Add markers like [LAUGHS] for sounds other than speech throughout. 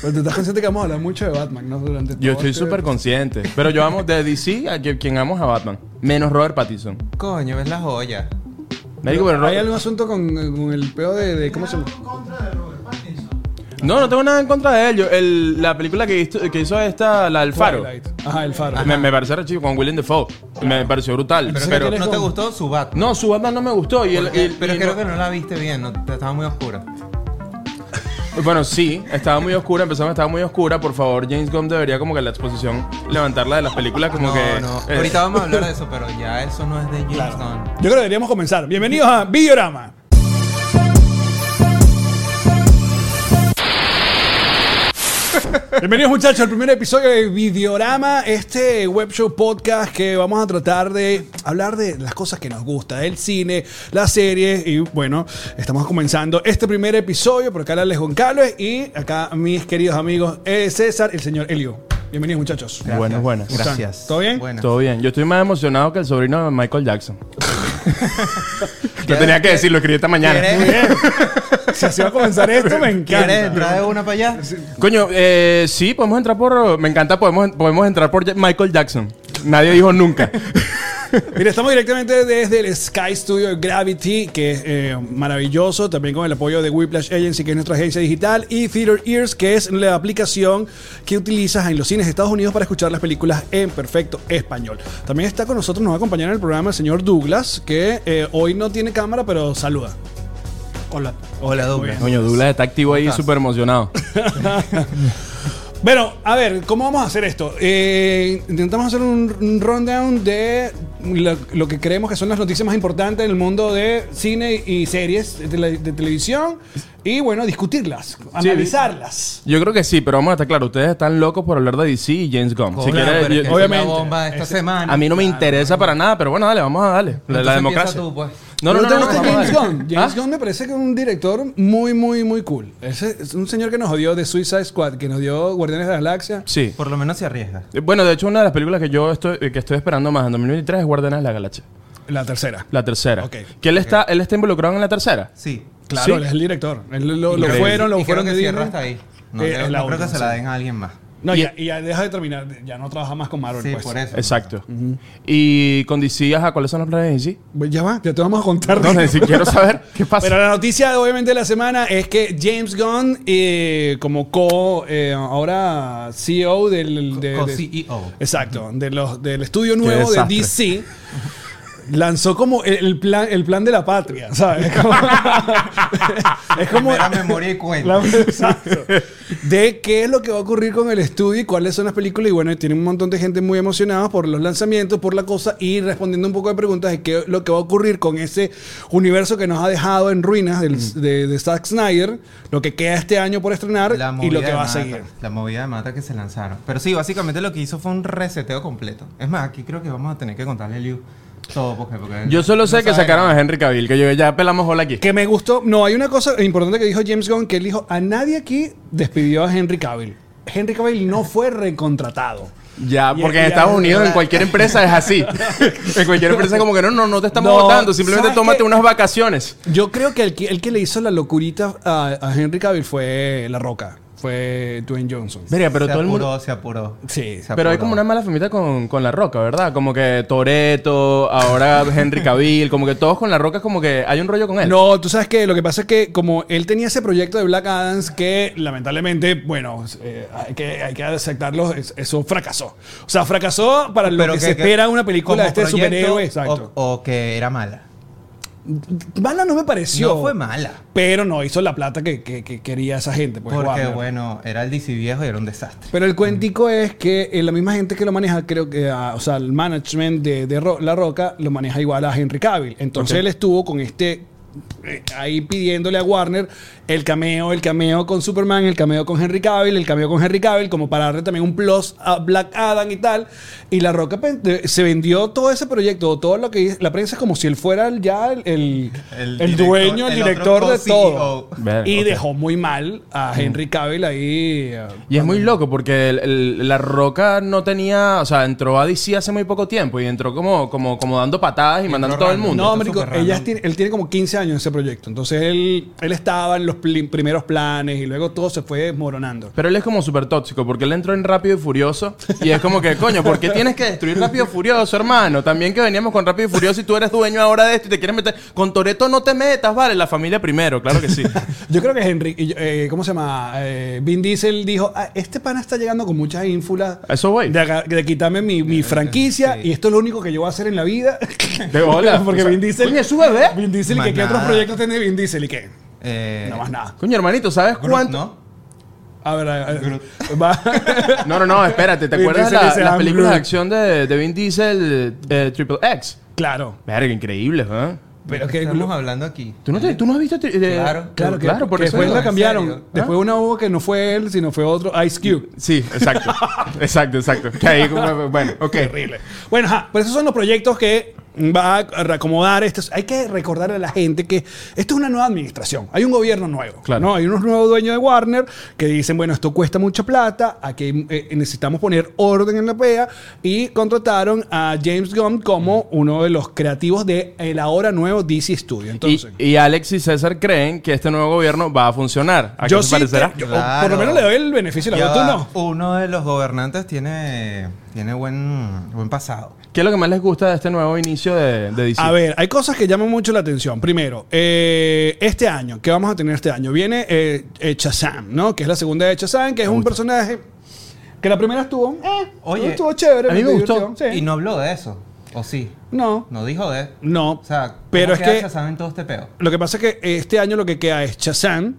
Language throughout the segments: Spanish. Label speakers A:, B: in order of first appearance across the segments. A: Pero tú estás consciente que vamos a hablar mucho de Batman, ¿no? Durante
B: Yo
A: todo
B: estoy
A: este-
B: súper consciente. Pero yo amo de DC a que- quien amo es a Batman. Menos Robert Pattinson.
C: Coño, ves la joya.
B: Marico, pero
A: ¿Hay
B: Robert-
A: algún asunto con, con el peo de, de- ¿Cómo se llama?
B: No, no tengo nada en contra de él. Yo- el- la película que hizo, que hizo esta, la del Faro.
A: Twilight. Ajá, el faro.
B: Me, me pareció arrechivo con William Defoe. Me pareció brutal.
C: Pero,
B: pero-
A: ¿qué
C: no te
A: con-
C: gustó su Batman.
B: no, su Batman no me gustó. Y el,
C: Porque-
B: y-
C: pero
B: y
C: creo
B: no-
C: que no la viste bien, no, te- estaba muy oscura.
B: Bueno, sí, estaba muy oscura, empezamos, estaba muy oscura. Por favor, James Gunn debería como que la exposición levantarla de las películas como
C: no,
B: que...
C: no.
B: eh,
C: Ahorita vamos a hablar de eso, pero ya eso no es de James Gunn.
A: Yo creo que deberíamos comenzar. Bienvenidos a Videorama. Bienvenidos muchachos al primer episodio de Videorama, este web show podcast que vamos a tratar de hablar de las cosas que nos gusta, del cine, las series y bueno, estamos comenzando este primer episodio por acá Alex Goncalves y acá mis queridos amigos eh, César, el señor Elio. Bienvenidos muchachos.
B: Buenas, buenas.
A: ¿Cómo están?
C: Gracias.
A: ¿Todo bien?
C: Buenas.
B: Todo bien. Yo estoy más emocionado que el sobrino de Michael
C: [LAUGHS]
B: Jackson. Yo
C: ¿Quieres-
B: tenía que decirlo, escribí esta mañana.
C: ¿Quieres,
A: Si [LAUGHS] así va a comenzar esto, me encanta.
C: ¿Quieres entrar de una para allá?
B: Coño, eh, sí, podemos entrar por... Me encanta, podemos, podemos entrar por Ja- Michael Jackson. Nadie dijo
C: [LAUGHS]
B: nunca.
A: Mira, estamos directamente desde el Sky Studio de Gravity, que es eh, maravilloso, también con el apoyo de Whiplash Agency, que es nuestra agencia digital, y Theater Ears, que es la aplicación que utilizas en los cines de Estados Unidos para escuchar las películas en perfecto español. También está con nosotros, nos va a acompañar en el programa el señor Douglas, que eh, hoy no tiene cámara, pero saluda. Hola.
C: Hola, Douglas.
B: Coño, Douglas está activo ahí, súper emocionado.
A: Bueno, a ver, ¿cómo vamos a hacer esto? Eh, intentamos hacer un, un rundown de lo, lo que creemos que son las noticias más importantes en el mundo de cine y series de, tele- de televisión y bueno, discutirlas, analizarlas.
B: Yo creo que sí, pero vamos a estar claros. Ustedes están locos por hablar de DC y James Gunn.
C: Coño,
B: si
C: pero
B: quieres,
C: es que
B: yo-
C: esa es
A: obviamente.
C: La bomba de esta semana.
B: a mí no me interesa para nada, pero bueno, dale, vamos a darle. La, la
C: Entonces
B: democracia.
C: empieza tú, pues.
B: No, no, no,
A: ¿Te
B: no,
A: gusta
B: vamos a
A: James
B: darle.
A: Gunn? James
B: ¿Ah?
A: Gunn me parece que es un director muy, muy, muy cool. Ese es un señor que nos odió de Suicide Squad, que nos dio Guardianes de la Galaxia.
B: Sí.
C: Por lo menos se arriesga.
B: Eh, Bueno, de hecho, una de las películas que yo estoy, eh, que estoy esperando más en 2023 es Guardianes de la Galaxia.
A: La tercera.
B: La tercera.
A: Ok.
B: Que él está, él está involucrado en la tercera.
C: Sí.
A: Claro,
B: Sí.
A: él es el director. Él lo- lo,
B: Increíble.
A: fueron, lo
C: y
A: fueron
C: creo
A: de
C: que cierra
A: Disney.
C: hasta ahí. No,
A: Eh,
C: creo,
A: es la
C: no creo que
A: última,
C: se la
A: sí.
C: den a alguien más.
A: No,
B: Y-
A: ya, y ya deja de terminar. Ya no trabaja más con Marvel.
C: Sí,
A: pues.
C: por eso.
B: Exacto. Y con DC, ajá, ¿cuáles son los planes de DC?
A: Pues Ya va, ya te vamos a contar.
B: No, ni siquiera quiero saber qué pasa.
A: Pero la noticia, obviamente, de la semana es que James Gunn, eh, como co, eh, ahora CEO del. de- de-
C: Co-CEO.
A: Exacto, de los, del estudio nuevo de
B: desastre.
A: DC. Lanzó como el, el plan, el plan de la patria, ¿sabes? [LAUGHS] Como- es como.
C: Primera memoria y cuenta.
A: La- exacto. De qué es lo que va a ocurrir con el estudio y cuáles son las películas. Y bueno, tiene un montón de gente muy emocionada por los lanzamientos, por la cosa y respondiendo un poco de preguntas de qué es lo que va a ocurrir con ese universo que nos ha dejado en ruinas del- de, de Zack Snyder, lo que queda este año por estrenar
C: La
A: y
C: movida
A: lo que
C: de
A: va a
C: mata,
A: seguir.
C: La movida de mata que se lanzaron. Pero sí, básicamente lo que hizo fue un reseteo completo. Es más, aquí creo que vamos a tener que contarle a Liu todo porque, porque
B: Yo solo
C: no
B: sé que
C: sabe
B: sacaron
C: nada.
B: a Henry Cavill, que yo ya pelamos hola aquí.
A: Que me gustó. No, hay una cosa importante que dijo James Gunn, que él dijo, a nadie aquí despidió a Henry Cavill. Henry Cavill
C: [LAUGHS]
A: no fue recontratado.
B: Ya,
A: Y-
B: porque
A: y
B: en Estados
A: ahora-
B: Unidos, en cualquier empresa
A: [LAUGHS]
B: es así. en cualquier empresa es como que no, no, no te estamos
A: No,
B: votando, simplemente
A: ¿sabes
B: tómate
A: qué?
B: unas vacaciones.
A: Yo creo que el, que el que le hizo la locurita a, a Henry Cavill fue La Roca, fue Dwayne Johnson.
B: Mira, pero
C: se
B: todo el
C: apuró,
B: mundo.
C: Se apuró.
A: Sí.
C: Se
B: Pero hay
C: apuró.
B: como una mala familia con, con La Roca, ¿verdad? Como que Toreto, ahora Henry Cavill, como que todos con La Roca, como que hay un rollo con
A: [LAUGHS]
B: él.
A: No, tú sabes que lo que pasa es que como él tenía ese proyecto de Black Adams que lamentablemente, bueno, eh, hay, que, hay que aceptarlo, es- eso fracasó. O sea, fracasó para lo que, se espera una película de
C: como
A: este
C: proyecto
A: superhéroe. Exacto.
C: O, o que era mala.
A: Mala no me pareció.
C: No fue mala.
A: Pero no hizo la plata que, que- que quería esa gente. Pues,
C: porque,
A: Warner.
C: bueno, era el DC viejo y era un desastre.
A: Pero el
B: Mm.
A: cuentico es que eh, la misma gente que lo maneja, creo que, ah, o sea, el management de, de Ro- La Roca lo maneja igual a Henry Cavill. Entonces
B: Ok.
A: él estuvo con este eh, ahí pidiéndole a Warner el cameo, el cameo con Superman, el cameo con Henry Cavill, el cameo con Henry Cavill, como para darle también un plus a Black Adam y tal. Y La Roca pen- de- se vendió todo ese proyecto, todo lo que hizo- la prensa, como si él fuera el- ya el, el- el
C: director-
A: dueño, el,
C: otro E
A: director de
C: co-CEO.
A: todo.
B: Ver,
A: y
B: ok. Mm.
A: dejó muy mal a Henry Cavill ahí. eh,
B: Y es muy loco porque el- el- La Roca no tenía, o sea, entró a DC hace muy poco tiempo y entró como, como, como dando patadas y mandando a todo el
C: random.
B: mundo.
A: No,
C: Está
A: marico,
C: súper
A: ellas
C: random.
A: tiene- él tiene como 15 años en ese proyecto. Entonces él, él estaba en los pli- primeros planes y luego todo se fue desmoronando.
B: Pero él es como súper tóxico porque él entró en Rápido y Furioso y es como que, [LAUGHS] coño, ¿por qué tienes que destruir Rápido y Furioso, hermano? También que veníamos con Rápido y Furioso y tú eres dueño ahora de esto y te quieres meter. Con Toreto no te metas, vale, la familia primero, claro que sí.
A: Yo creo que Henry, y yo- eh, ¿cómo se llama? Eh, Vin Diesel dijo, "Ah, este pana está llegando con muchas ínfulas
B: A
A: [LAUGHS]
B: eso voy.
A: de, aga- de quitarme mi, mi franquicia
C: sí.
A: y esto es lo único que yo voy a hacer en la vida.
B: De bola.
A: [LAUGHS] Porque
B: O sea,
A: Vin Diesel...
B: coño, es su bebé.
A: Vin Diesel,
C: Más
A: ¿qué, ¿qué
C: nada.
A: otros proyectos tiene Vin Diesel y qué?
C: Eh,
A: No más nada.
B: Coño, hermanito, ¿sabes
C: Groot,
B: cuánto?
C: ¿no?
A: A ver, a ver.
C: Groot.
A: Va. [LAUGHS]
B: No, no, no, espérate, ¿te
A: Vin
B: acuerdas
A: Diesel
B: la-
A: dice,
B: las
A: "I'm
B: películas de
A: Groot".
B: acción de, de Vin Diesel eh, Triple X?
A: claro.
B: Verga, increíble, ¿eh?
A: Pero
C: ¿De
A: que...
C: qué estamos hablando aquí?
B: ¿Tú no, te- tú no has visto... tri- eh,
C: Claro,
A: Claro, que,
B: claro, por
A: que
B: eso
A: después
B: digo.
A: la
C: ¿En
A: cambiaron.
C: serio?
B: Ah.
A: Después una hubo que no fue él, sino fue otro, Ice Cube.
B: Sí,
A: [LAUGHS]
B: exacto. exacto, exacto. Que ahí como- bueno, ok.
A: Terrible. Bueno, ajá, pues esos son los proyectos que va a reacomodar. Esto es- hay que recordarle a la gente que esto es una nueva administración. Hay un gobierno nuevo.
B: Claro.
A: ¿no? Hay unos nuevos dueños de Warner que dicen, bueno, esto cuesta mucha plata, aquí eh, necesitamos poner orden en la PEA y contrataron a James Gunn como uno de los creativos de el ahora nuevo DC Studio. Entonces...
B: Y, y Alex y César creen que este nuevo gobierno va a funcionar. ¿A
A: yo
B: qué te
A: sí,
B: parecerá?
A: te- yo-
C: Claro.
A: por lo menos le doy el beneficio de [LAUGHS] la
C: Ya
A: duda, tú
C: va.
A: no.
C: Uno de los gobernantes tiene, tiene buen, buen pasado.
B: ¿Qué es lo que más les gusta de este nuevo inicio de, de DC?
A: A ver, hay cosas que llaman mucho la atención. Primero, eh, este año, ¿qué vamos a tener este año? Viene eh, eh, Shazam, ¿no? Que es la segunda de Shazam, que es un personaje que la primera estuvo. eh,
C: Oye,
A: estuvo chévere.
B: a mí me gustó.
A: divirtió, sí.
C: Y no habló de eso, ¿o sí?
A: No,
C: No dijo de...
A: no.
C: O sea,
A: pero es que
C: saben todo este peo.
A: lo que pasa es que este año lo que queda es Shazam,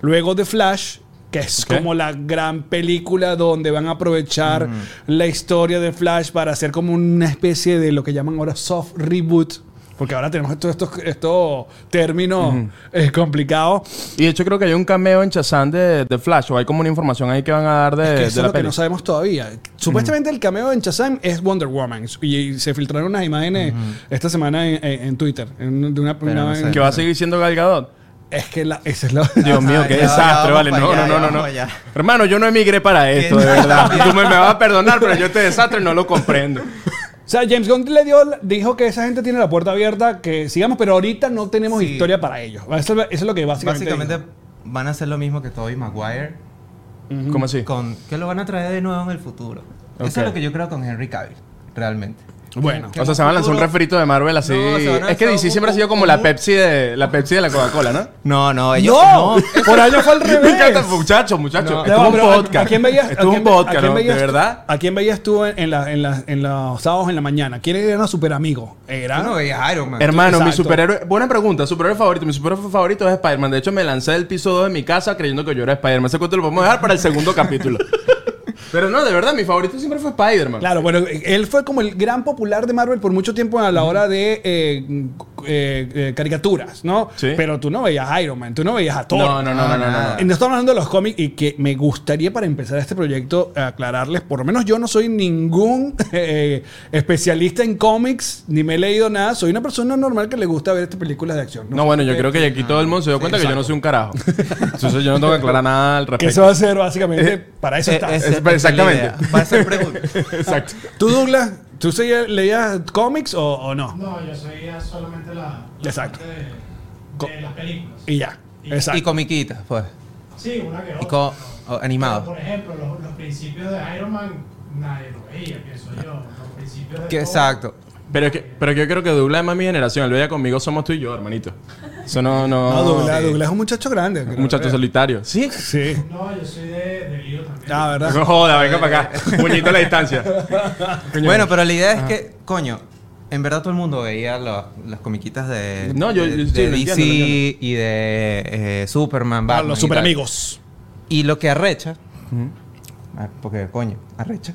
A: luego The Flash, que es
B: Ok.
A: como la gran película donde van a aprovechar
B: Mm.
A: la historia de Flash para hacer como una especie de lo que llaman ahora soft reboot. Porque ahora tenemos todos estos, estos términos eh, complicados.
B: Y de hecho creo que hay un cameo en Chazán de, de Flash o hay como una información ahí que van a dar de,
A: que
B: Eh, de
A: eso es
B: la
A: lo que
B: peli.
A: no sabemos todavía. Supuestamente el cameo en Shazam es Wonder Woman. Y, y se filtraron unas imágenes esta semana en, en- en Twitter. en- de una,
C: Pero no
A: una-
C: sé.
B: que va a seguir siendo
A: [LAUGHS]
B: Gal Gadot.
A: Es que la, esa es la... [LAUGHS]
B: Dios
C: Ajá,
B: mío, qué
C: ya,
B: desastre,
C: ya,
B: vale.
C: vamos
B: No,
C: para
B: no,
C: allá,
B: no, no,
C: vamos
B: no.
C: para allá.
B: Hermano, yo no
A: [LAUGHS]
B: emigré para esto, de
C: no,
B: verdad. Tú me, me vas a perdonar, pero yo este desastre no lo comprendo.
A: O sea, James Gunn le dio, dijo que esa gente tiene la puerta abierta, que sigamos, pero ahorita no tenemos
C: Sí.
A: historia para ellos. Eso, eso es lo que básicamente.
C: Básicamente van a hacer lo mismo que Tobey Maguire.
B: ¿Cómo así?
C: Con, que lo van a traer de nuevo en el futuro. Eso
B: Ok.
C: es lo que yo creo con Henry Cavill, realmente.
A: dijo. Bueno,
B: O sea, se van a lanzar un refrito de Marvel así.
C: No, se van a
B: es que
C: lanzar
B: DC
C: un-
B: siempre ha sido como
C: un-
B: la Pepsi de la Pepsi de la Coca-Cola, ¿no?
C: No, no, ellos
A: ¡No! [LAUGHS] Por allá fue al
B: [LAUGHS] Me encanta,
A: revés.
B: muchacho, muchacho.
C: No.
B: Esto es
A: No,
B: un
A: pero ¿a- ¿A
B: podcast.
A: quién veías? a
B: Esto
A: quién
B: es un
A: ve- a
B: podcast,
A: quién
B: ¿no? De
A: veías tú-
B: verdad.
A: ¿A quién veías tú en, en la- en la- en los sábados en la mañana? ¿Quién era super amigo? Era.
C: Tú no veías Iron Man.
B: Hermano, mi
A: Exacto.
B: superhéroe. Buena pregunta, superhéroe favorito. Mi superhéroe favorito es Spider-Man. De hecho, me lancé del piso 2 de mi casa creyendo que yo era Spider-Man. Ese cuento lo podemos dejar para
A: [LAUGHS]
B: el segundo capítulo. Pero no, de verdad, mi favorito siempre fue Spider-Man.
A: Claro, bueno, él fue como el gran popular de Marvel por mucho tiempo a la hora de eh, eh, eh, caricaturas, ¿no?
B: Sí.
A: Pero tú no veías a Iron Man, tú no veías a Thor. Ah,
B: No, no, no, no, no, no.
A: Y No estamos hablando de los cómics y que me gustaría para empezar este proyecto aclararles, por lo menos yo no soy ningún [LAUGHS] eh, especialista en cómics, ni me he leído nada, soy una persona normal que le gusta ver estas películas de acción. ¿no?
B: No, bueno, yo creo que aquí todo el mundo se dio cuenta que yo no soy un carajo. Entonces yo no tengo que aclarar nada al
A: que eso
B: respecto.
A: va a ser básicamente, para
C: eh,
A: eso está.
B: es- exactamente.
C: Para hacer preguntas.
B: Exacto.
A: ¿Tú, Douglas, tú seguías- leías cómics o, o no?
D: No, yo seguía solamente la, la
A: Exacto.
D: parte de-
A: Co-
D: de, las películas.
A: Y ya, [LAUGHS] exacto.
C: Y comiquitas, pues.
D: Sí, una que
C: Y
D: otra.
C: co-
D: pero-
C: o- animado.
D: pero, Por ejemplo, los, los principios de Iron Man nadie lo veía, pienso yo. Los principios de
C: Que
D: Thor,
C: exacto.
B: Pero, es que, pero yo creo que Douglas es más mi generación. Él veía conmigo, somos tú y yo, hermanito. Eso no, no.
A: No, Douglas,
C: sí.
A: Douglas es un muchacho grande.
B: un muchacho [LAUGHS] solitario. Sí.
A: Sí.
D: No, yo soy de, de Guido también.
A: Ah, ¿verdad?
B: No joda, venga para acá. Puñito a la distancia.
C: Bueno, pero la idea es que, coño, en verdad todo el mundo veía lo- las comiquitas de,
B: No, yo-
C: de,
B: yo- sí,
C: de
B: lo entiendo,
C: DC
B: lo entiendo.
C: y de eh, Superman, Batman.
A: los
C: y
A: super
C: tal.
A: amigos.
C: Y lo que arrecha, ah, porque coño, arrecha,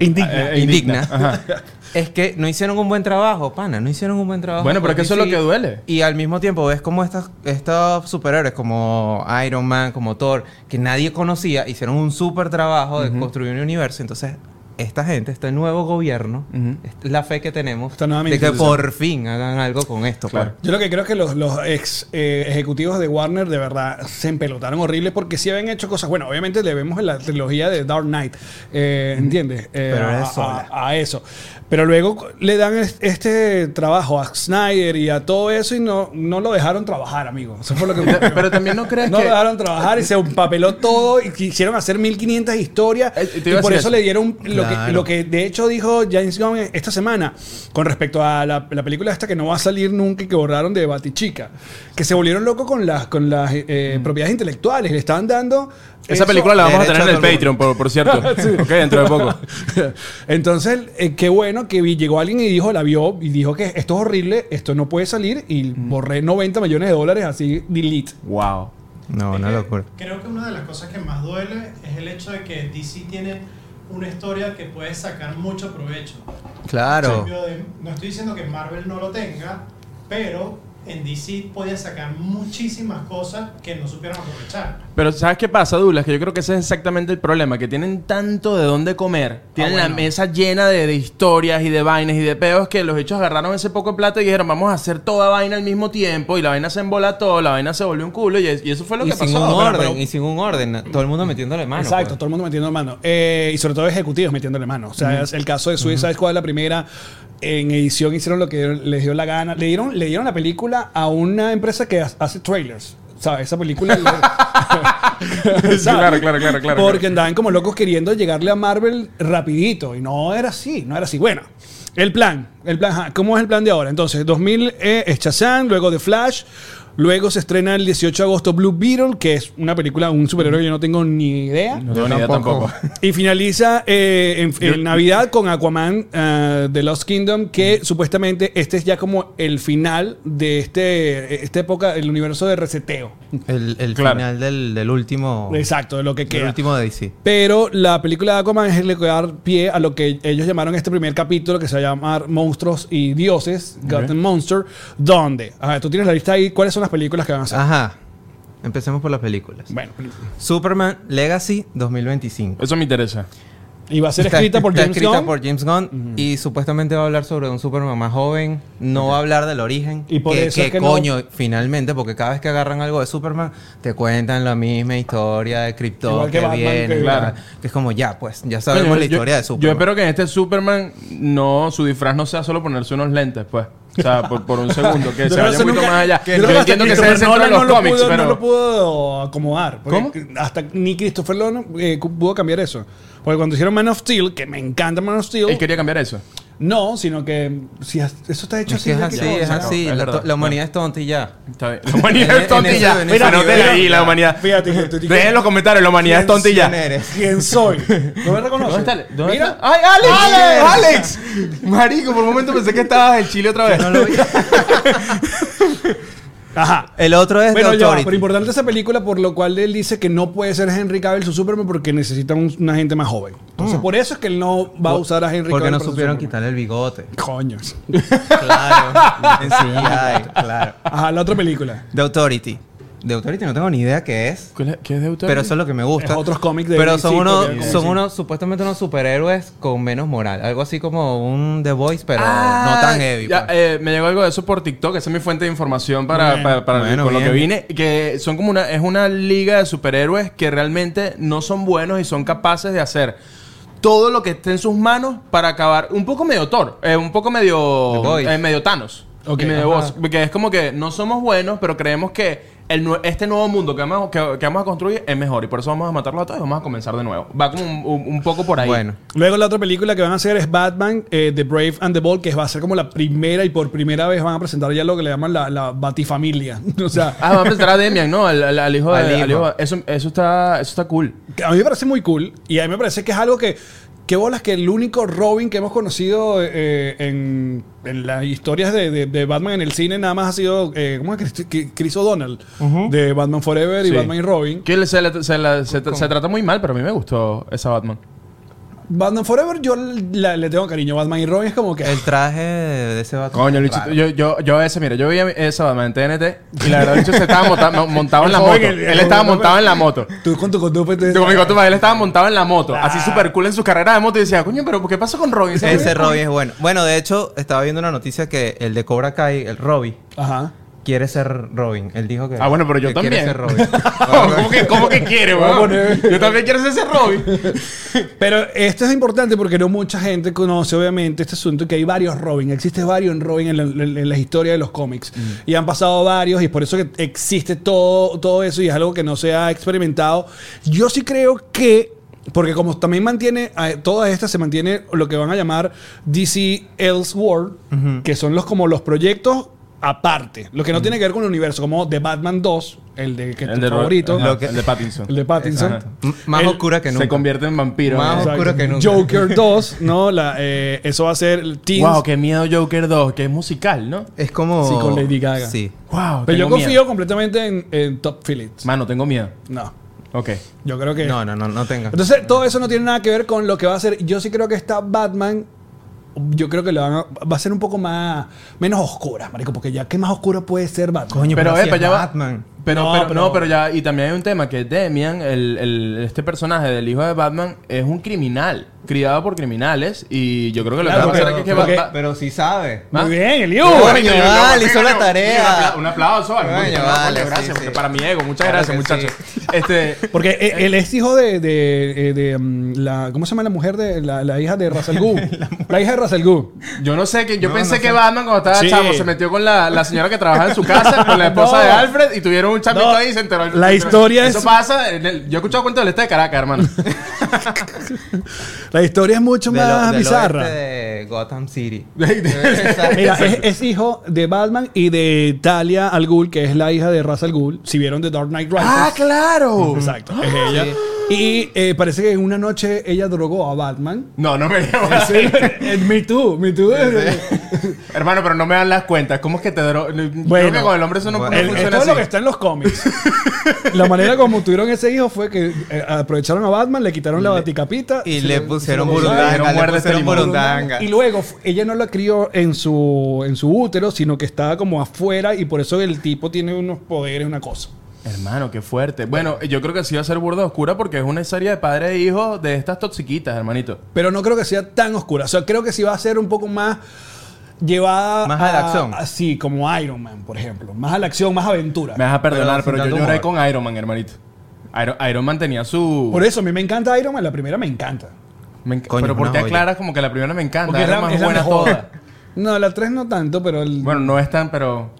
A: Indigna.
B: Ah, Eh,
C: indigna,
B: Ajá.
C: [LAUGHS] es que no hicieron un buen trabajo, pana, no hicieron un buen trabajo.
B: Bueno, pero
C: por
B: es que eso es lo
C: DC.
B: que duele.
C: Y al mismo tiempo ves como estas- estos superhéroes como Iron Man, como Thor, que nadie conocía, hicieron un super trabajo de construir un universo, entonces esta gente, este nuevo gobierno,
B: Ujú.
C: es la fe que tenemos
A: Esta nueva
C: de que
A: administración.
C: por fin hagan algo con esto. pues.
B: Claro.
A: Yo lo que creo es que los, los ex eh, ejecutivos de Warner de verdad se empelotaron horrible porque sí habían hecho cosas. Bueno, obviamente le vemos en la trilogía de Dark Knight, eh, ¿entiendes? Eh,
C: Pero era
A: a,
C: sola.
A: a- a eso. Pero luego le dan es- este trabajo a Snyder y a todo eso y no, no lo dejaron trabajar, amigo. Eso fue lo que [LAUGHS]
B: Pero también no crees
A: No
B: que...
A: lo dejaron trabajar y se empapeló todo y quisieron hacer 1500 historias.
B: Eh, te
A: y
B: iba a
A: por
B: decir
A: eso
B: eso.
A: le dieron lo,
C: Claro.
A: que, lo que de hecho dijo James Gunn esta semana con respecto a la, la película esta que no va a salir nunca y que borraron de Batichica. Que se volvieron locos con las, con las eh, propiedades intelectuales. Le estaban dando.
B: Mm. Esa
A: eso-
B: película la vamos a
C: Derecho
B: tener en
C: a
B: el
C: todo el
B: Patreon, por, por cierto. Ok, dentro de poco.
A: [LAUGHS] Entonces, eh, qué bueno que vi- llegó alguien y dijo, la vio y dijo que esto es horrible, esto no puede salir y
B: Mm.
A: borré 90 millones de dólares así, delete.
B: Wow.
C: No,
D: Es
C: una
D: que
C: locura.
D: Creo que una de las cosas que más duele es el hecho de que DC tiene una historia que puede sacar mucho provecho.
C: Claro.
D: Cambio de- no estoy diciendo que Marvel no lo tenga, pero en DC podía sacar muchísimas cosas que no supieron aprovechar.
B: Pero ¿sabes qué pasa, Dulas? Que yo creo que ese es exactamente el problema, que tienen tanto de dónde comer, tienen la
D: bueno.
B: mesa llena de, de historias y de vainas y de peos que los hechos agarraron ese poco de plata y dijeron, vamos a hacer toda vaina al mismo tiempo y la vaina se embolató, la vaina se volvió un culo y, es- y eso fue lo
C: Y
B: que
C: sin
B: pasó.
C: un
B: Pero-
C: orden,
B: pero-
C: y sin un orden. Todo el mundo metiéndole mano.
A: Exacto,
C: pues.
A: todo el mundo metiendo mano. Eh, y sobre todo ejecutivos metiéndole mano. O sea, es el caso de Suicide Squad, la primera, en edición hicieron lo que les dio la gana. Le dieron, le dieron la película a una empresa que ha- hace trailers. ¿Sabes? Esa película.
B: [LAUGHS]
A: [LAUGHS] ¿sabes?
B: Claro, claro, claro, claro.
A: Porque andaban como locos queriendo llegarle a Marvel rapidito. Y no era así, no era así. Bueno, el plan. El plan ajá, ¿Cómo es el plan de ahora? Entonces, 2000 eh, es Shazam, luego The Flash. Luego se estrena el 18 de agosto Blue Beetle, que es una película, un superhéroe que yo no tengo ni idea.
B: No tengo ni idea
C: Tampoco.
B: tampoco.
A: Y finaliza eh, en, en Navidad con Aquaman de The Lost Kingdom, que supuestamente este es ya como el final de este, esta época, el universo de reseteo.
C: El, el
B: Claro.
C: final del, del último.
A: Exacto, de lo que
C: Oh. Del
A: queda.
C: último de DC.
A: Pero la película de Aquaman es el que da pie a lo que ellos llamaron este primer capítulo, que se va a llamar Monstruos y Dioses, God
B: Ok.
A: and Monster, donde, a ver, tú tienes la lista ahí, ¿cuáles son las películas que van a hacer?
C: Ajá. Empecemos por las películas.
A: Bueno,
C: Superman Legacy 2025.
B: Eso me interesa.
A: y va a ser
C: Está-
A: escrita por
C: está
A: James
C: escrita
A: Gunn.
C: por James Gunn y supuestamente va a hablar sobre un Superman más joven. No va a hablar del origen.
A: Y por
C: que,
A: eso es que no-
C: coño, finalmente, porque cada vez que agarran algo de Superman, te cuentan la misma historia de Krypton
A: Igual
C: que,
A: que Batman,
C: viene.
A: que-
C: claro. Que es como ya, pues, ya sabemos
B: Coño,
C: la
B: yo-
C: historia de
B: yo-
C: Superman.
B: Yo espero que en este Superman no su disfraz no sea solo ponerse unos lentes, pues. O sea, por, por un segundo,
A: [LAUGHS] Yo
B: que se
A: creo
B: vaya un
A: que
B: poquito
A: nunca-
B: más allá.
A: yo creo
B: Yo
A: que hasta
B: entiendo que sea el
A: Christopher
B: centro de
A: Nolan
B: los
A: no lo
B: cómics,
A: pudo-
B: pero...
A: No lo pudo acomodar.
B: ¿Cómo?
A: porque Hasta ni Christopher Nolan eh, cu- pudo cambiar eso. Porque cuando hicieron Man of Steel, que me encanta Man of Steel,
B: Él quería cambiar eso.
A: no, sino que si has- eso está hecho
C: Es que es
A: ya
C: así,
A: quedó,
C: es
A: se acabó.
C: así.
B: Es
C: La,
B: verdad.
C: la humanidad es tonta y ya.
B: Está bien. La [LAUGHS] humanidad
C: En-
B: es
C: en
B: tontilla.
C: eso- en eso
B: Pero no te
C: nivel-
B: ahí, la humanidad.
A: Fíjate
B: [LAUGHS]
A: que tú-
B: Dejen en los comentarios, la humanidad es tontilla.
A: ¿Quién
C: [LAUGHS]
A: soy? ¿No me reconoces?
B: ¿Dónde está? ¿Dónde
A: Mira,
B: está? ¡Ay, Alex! ¡Alex! Marico, por un momento pensé que estabas en Chile otra vez.
A: [LAUGHS] Ajá.
C: El otro es
A: Bueno,
C: The
A: ya, va,
C: Authority.
A: pero importante esa película, por lo cual él dice que no puede ser Henry Cavill su Superman porque necesita un- una gente más joven.
C: Mm.
A: Entonces, por eso es que él no va a usar a Henry
C: Porque
A: Cavill.
C: no
A: para su
C: supieron
A: Superman.
C: quitarle el bigote.
A: Coños. [LAUGHS]
C: Claro. en CGI, claro.
A: Ajá, la otra película.
C: The Authority. The Authority no tengo ni idea qué es.
B: ¿Qué es- ¿Qué es de autor?
C: Pero eso es lo que me gusta.
A: Es otros cómics de
C: Pero
A: DC,
C: son unos,
A: porque-
C: son
A: sí.
C: unos, supuestamente unos superhéroes con menos moral. Algo así como un The Voice, pero
B: Ah,
C: no tan heavy.
B: ya,
C: pues.
B: eh, me llegó algo de eso por TikTok, esa es mi fuente de información para,
A: Bueno.
B: para- para-
C: Bueno,
B: con lo
C: bien.
B: que vine. Que son como una, es una liga de superhéroes que realmente no son buenos y son capaces de hacer todo lo que esté en sus manos para acabar. Un poco medio Thor, eh, un poco
C: The
B: medio,
C: Boys.
B: eh, medio Thanos.
A: Ok,
B: y medio
A: ajá.
B: Boss. Porque es como que no somos buenos, pero creemos que el nue- este nuevo mundo que vamos, que, que vamos a construir es mejor. Y por eso vamos a matarlo a todos y vamos a comenzar de nuevo. Va como un, un- un poco por ahí.
C: Bueno.
A: Luego la otra película que van a hacer es Batman, eh, The Brave and the Bold, que va a ser como la primera y por primera vez van a presentar ya lo que le llaman la, la batifamilia. [LAUGHS] O sea,
B: Ah, va a presentar a Demian, ¿no? Al, al- al hijo de...
C: Al hijo.
B: al hijo. Eso, eso, está, eso está cool.
A: que a mí me parece muy cool y a mí me parece que es algo que... Qué bolas que el único Robin que hemos conocido eh, en, en las historias de, de- de Batman en el cine nada más ha sido, eh, ¿cómo es? Chris- Chris- Chris O'Donnell, de Batman Forever y
B: Sí.
A: Batman y Robin.
B: Que le- se, la- se la- se- se trata muy mal, pero a mí me gustó esa Batman.
A: Batman Forever, yo la- le tengo cariño. Batman y Robin es como que.
C: El traje de ese Batman.
B: Coño,
C: el
B: Luchito, yo, yo, yo ese, mira, yo veía esa Batman en TNT y la verdad, el Luchito se estaba monta- mo- montado en la
A: El
B: moto.
A: joven, el-
B: Él estaba montado en la moto.
A: Tú con tu conducto. te-
B: Digo, amigo, tú, él estaba montado en la moto, así súper cool en su carrera de moto y decía, coño, pero ¿qué pasó con Robin? Ese
C: Ese [LAUGHS]
B: Robin-
C: Robin es bueno. Bueno, de hecho, estaba viendo una noticia que el de Cobra Kai, el Robin,
A: Ajá.
C: quiere ser Robin. Él dijo que.
B: Ah, bueno, pero yo
C: que
B: también.
C: quiere ser Robin.
B: [LAUGHS] ¿Cómo que, ¿Cómo que quiere,
A: Voy a
B: weón?
A: poner-
B: Yo también quiero ser ese Robin.
A: Pero esto es importante porque no mucha gente conoce, obviamente, este asunto que hay varios Robin. Existe varios Robin en la, en- en la historia de los cómics. Y han pasado varios y es por eso que existe todo, todo eso y es algo que no se ha experimentado. Yo sí creo que... Porque como también mantiene, a- todas estas se mantiene lo que van a llamar DC Elseworld, que son los como los proyectos aparte, lo que no tiene que ver con el universo, como The Batman 2, el de que tu favorito,
B: Ajá,
C: [LAUGHS] Lo que-
B: El de Pattinson.
A: el de Pattinson.
C: Exacto. M- Más
B: Él
C: oscura que nunca.
B: Se convierte en vampiro.
C: Más
B: Exacto.
C: oscuro que nunca.
A: Joker 2, ¿no? La, eh, eso va a ser el Teens.
B: Wow, qué miedo Joker 2, que es musical, ¿no?
C: Es como.
A: Sí, con Lady Gaga.
C: Sí.
B: Wow,
A: Pero yo
B: tengo
A: confío
B: miedo.
A: completamente en, en Top Phillips.
B: Mano, tengo miedo.
A: No.
B: Ok.
A: Yo creo que.
C: No, no, no, no tenga.
A: Entonces, todo eso no tiene nada que ver con lo que va a ser. Yo sí creo que esta Batman. Yo creo que le van a- va a ser un poco más. menos oscura, marico. Porque ya, ¿qué más oscura puede ser Batman?
C: Coño,
B: Pero,
C: pero, así
B: epa,
C: es
B: ya va.
C: Batman.
B: Pero,
A: No,
B: no, pero,
A: pero-
B: no, pero ya. Y también hay un tema que Demian, el, el- este personaje del hijo de Batman, es un criminal. Criado por criminales. Y yo creo que lo
A: Claro,
B: que va a pasar
A: pero-
B: aquí es que
A: porque-
B: va- va.
C: Pero sí sabe.
A: Muy
B: ¿Ah?
A: bien, el
B: Coño,
C: Coño,
B: yo- yo-
C: vale,
B: yo-
C: hizo la
B: coño,
C: tarea.
B: un apla- Un aplauso, vale.
C: Coño,
B: Coño,
C: vale, sí,
B: Gracias,
C: sí.
B: porque para mi ego. Muchas
C: Claro
B: gracias,
C: que
B: muchachos. Este.
A: Porque e- él es hijo de. de, eh, de, mm, la, ¿Cómo se llama la mujer de. la, la hija de Razal Ghul? la, hija de Razal Ghul.
B: Yo no sé que yo
C: No,
B: pensé
C: no
B: que
C: sé.
B: Batman cuando estaba
A: Sí.
B: chavo se metió con la, la señora que trabajaba en su
A: [LAUGHS]
B: casa, con la esposa
A: No.
B: de Alfred y tuvieron un chapito
A: No.
B: ahí y se enteró.
A: La historia
B: Eso
A: es-
B: pasa, en el- yo he escuchado cuentos del este de
A: [LAUGHS]
B: Caracas, hermano.
A: La historia es mucho
C: De
A: más
C: lo, del
A: bizarra.
C: oeste de
A: [LAUGHS]
C: Gotham City. Eh,
B: De- de-
C: Exacto.
A: Mira, es, es hijo de Batman y de Talia Al Ghul, que es la hija de Ra's al Ghul. Si vieron The Dark Knight Rises.
B: ¡Ah,
A: [LAUGHS]
B: claro!
A: Exacto, es ella. Y eh, parece que en una noche ella drogó a Batman.
B: No, no me
A: me too, me too.
B: [LAUGHS] Hermano, pero no me dan las cuentas. ¿Cómo es que te dro... Creo
A: Bueno.
B: que con el hombre eso no, no
C: Bueno.
A: El-
B: funciona
A: es todo
B: así.
A: lo que está en los cómics. La manera como tuvieron ese hijo fue que eh, aprovecharon a Batman, le quitaron la baticapita
C: Y
A: se
C: le
A: lo-
C: pusieron
A: se lo-
B: burundanga,
C: burundanga. Le
B: muerde este
C: pusieron
B: limón.
C: burundanga.
A: Y luego f- ella no la crió en su, en su útero, sino que estaba como afuera y por eso el tipo tiene unos poderes, una cosa.
B: Hermano, qué fuerte. Bueno, yo creo que sí va a ser burda oscura porque es una historia de padre e hijo de estas toxiquitas, hermanito.
A: Pero no creo que sea tan oscura. O sea, creo que sí va a ser un poco más llevada.
C: Más a la acción.
A: Así, como Iron Man, por ejemplo. Más a la acción, más aventura.
B: Me vas a perdonar,
C: Pero
B: pero,
C: sin
B: yo
C: tanto
B: lloré
C: humor.
B: con Iron Man, hermanito. Iron, Iron Man tenía su...
A: Por eso a mí me encanta Iron Man. La primera me encanta.
B: Me enc-
C: Coño,
B: pero
C: es
B: ¿por
C: una
B: qué
C: joya.
B: aclaras como que la primera me encanta?
A: Porque es
B: Era
A: la,
B: más
A: es la
B: buena
A: mejor.
B: toda.
A: No, la 3 no tanto, pero el. Bueno.
B: Bueno, no es tan, pero...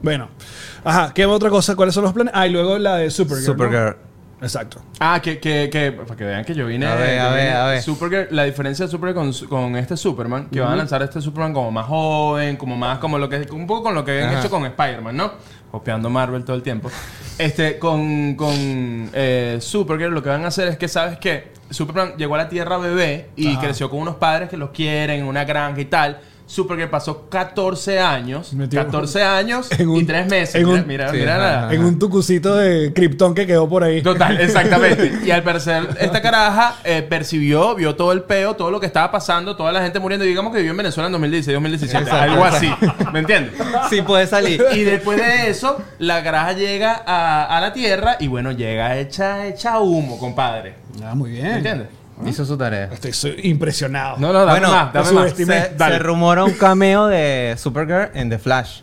A: Ajá, ¿qué otra cosa? ¿Cuáles son los planes? Ah, y luego la de Supergirl. ¿no?
C: Supergirl.
A: Exacto.
B: Ah, que, que, que... Para que vean que yo vine...
C: A ver, a
B: yo
C: ver,
B: vine-
C: a ver.
B: Supergirl- la diferencia de Supergirl con, su- con este Superman, que van a lanzar a este Superman como más joven, como más... Como lo que... Un poco con lo que han
C: Ajá.
B: hecho con Spider-Man, ¿no? Copiando Marvel todo el tiempo. Este, con, con eh, Supergirl lo que van a hacer es que, ¿sabes que Superman llegó a la Tierra bebé y
A: Ajá.
B: creció con unos padres que los quieren, en una granja y tal. Supergirl pasó 14 años,
A: Metido-
B: 14 años
A: En un-
B: y 3 meses.
A: en
B: mira,
A: un-
B: mira,
C: Sí,
B: mira
C: ajá,
B: la-
C: ajá.
A: En un tucucito de Krypton que quedó por ahí.
B: Total, exactamente. Y al parecer, esta caraja eh, percibió, vio todo el peo, todo lo que estaba pasando, toda la gente muriendo. Digamos que vivió en Venezuela en 2016, 2017,
C: Exacto.
B: algo así. ¿Me entiendes?
C: Sí puede salir.
B: Y después de eso, la caraja llega a, a la tierra y bueno, llega hecha, hecha humo, compadre.
A: Ah, muy bien.
B: ¿Me entiendes?
C: Hizo su tarea.
A: Estoy soy impresionado.
B: No, no, dame
C: Bueno,
B: más, dame
A: lo
B: más.
A: subestimé.
B: Se-
C: Se,
B: dale.
C: se rumora un cameo de Supergirl en The Flash.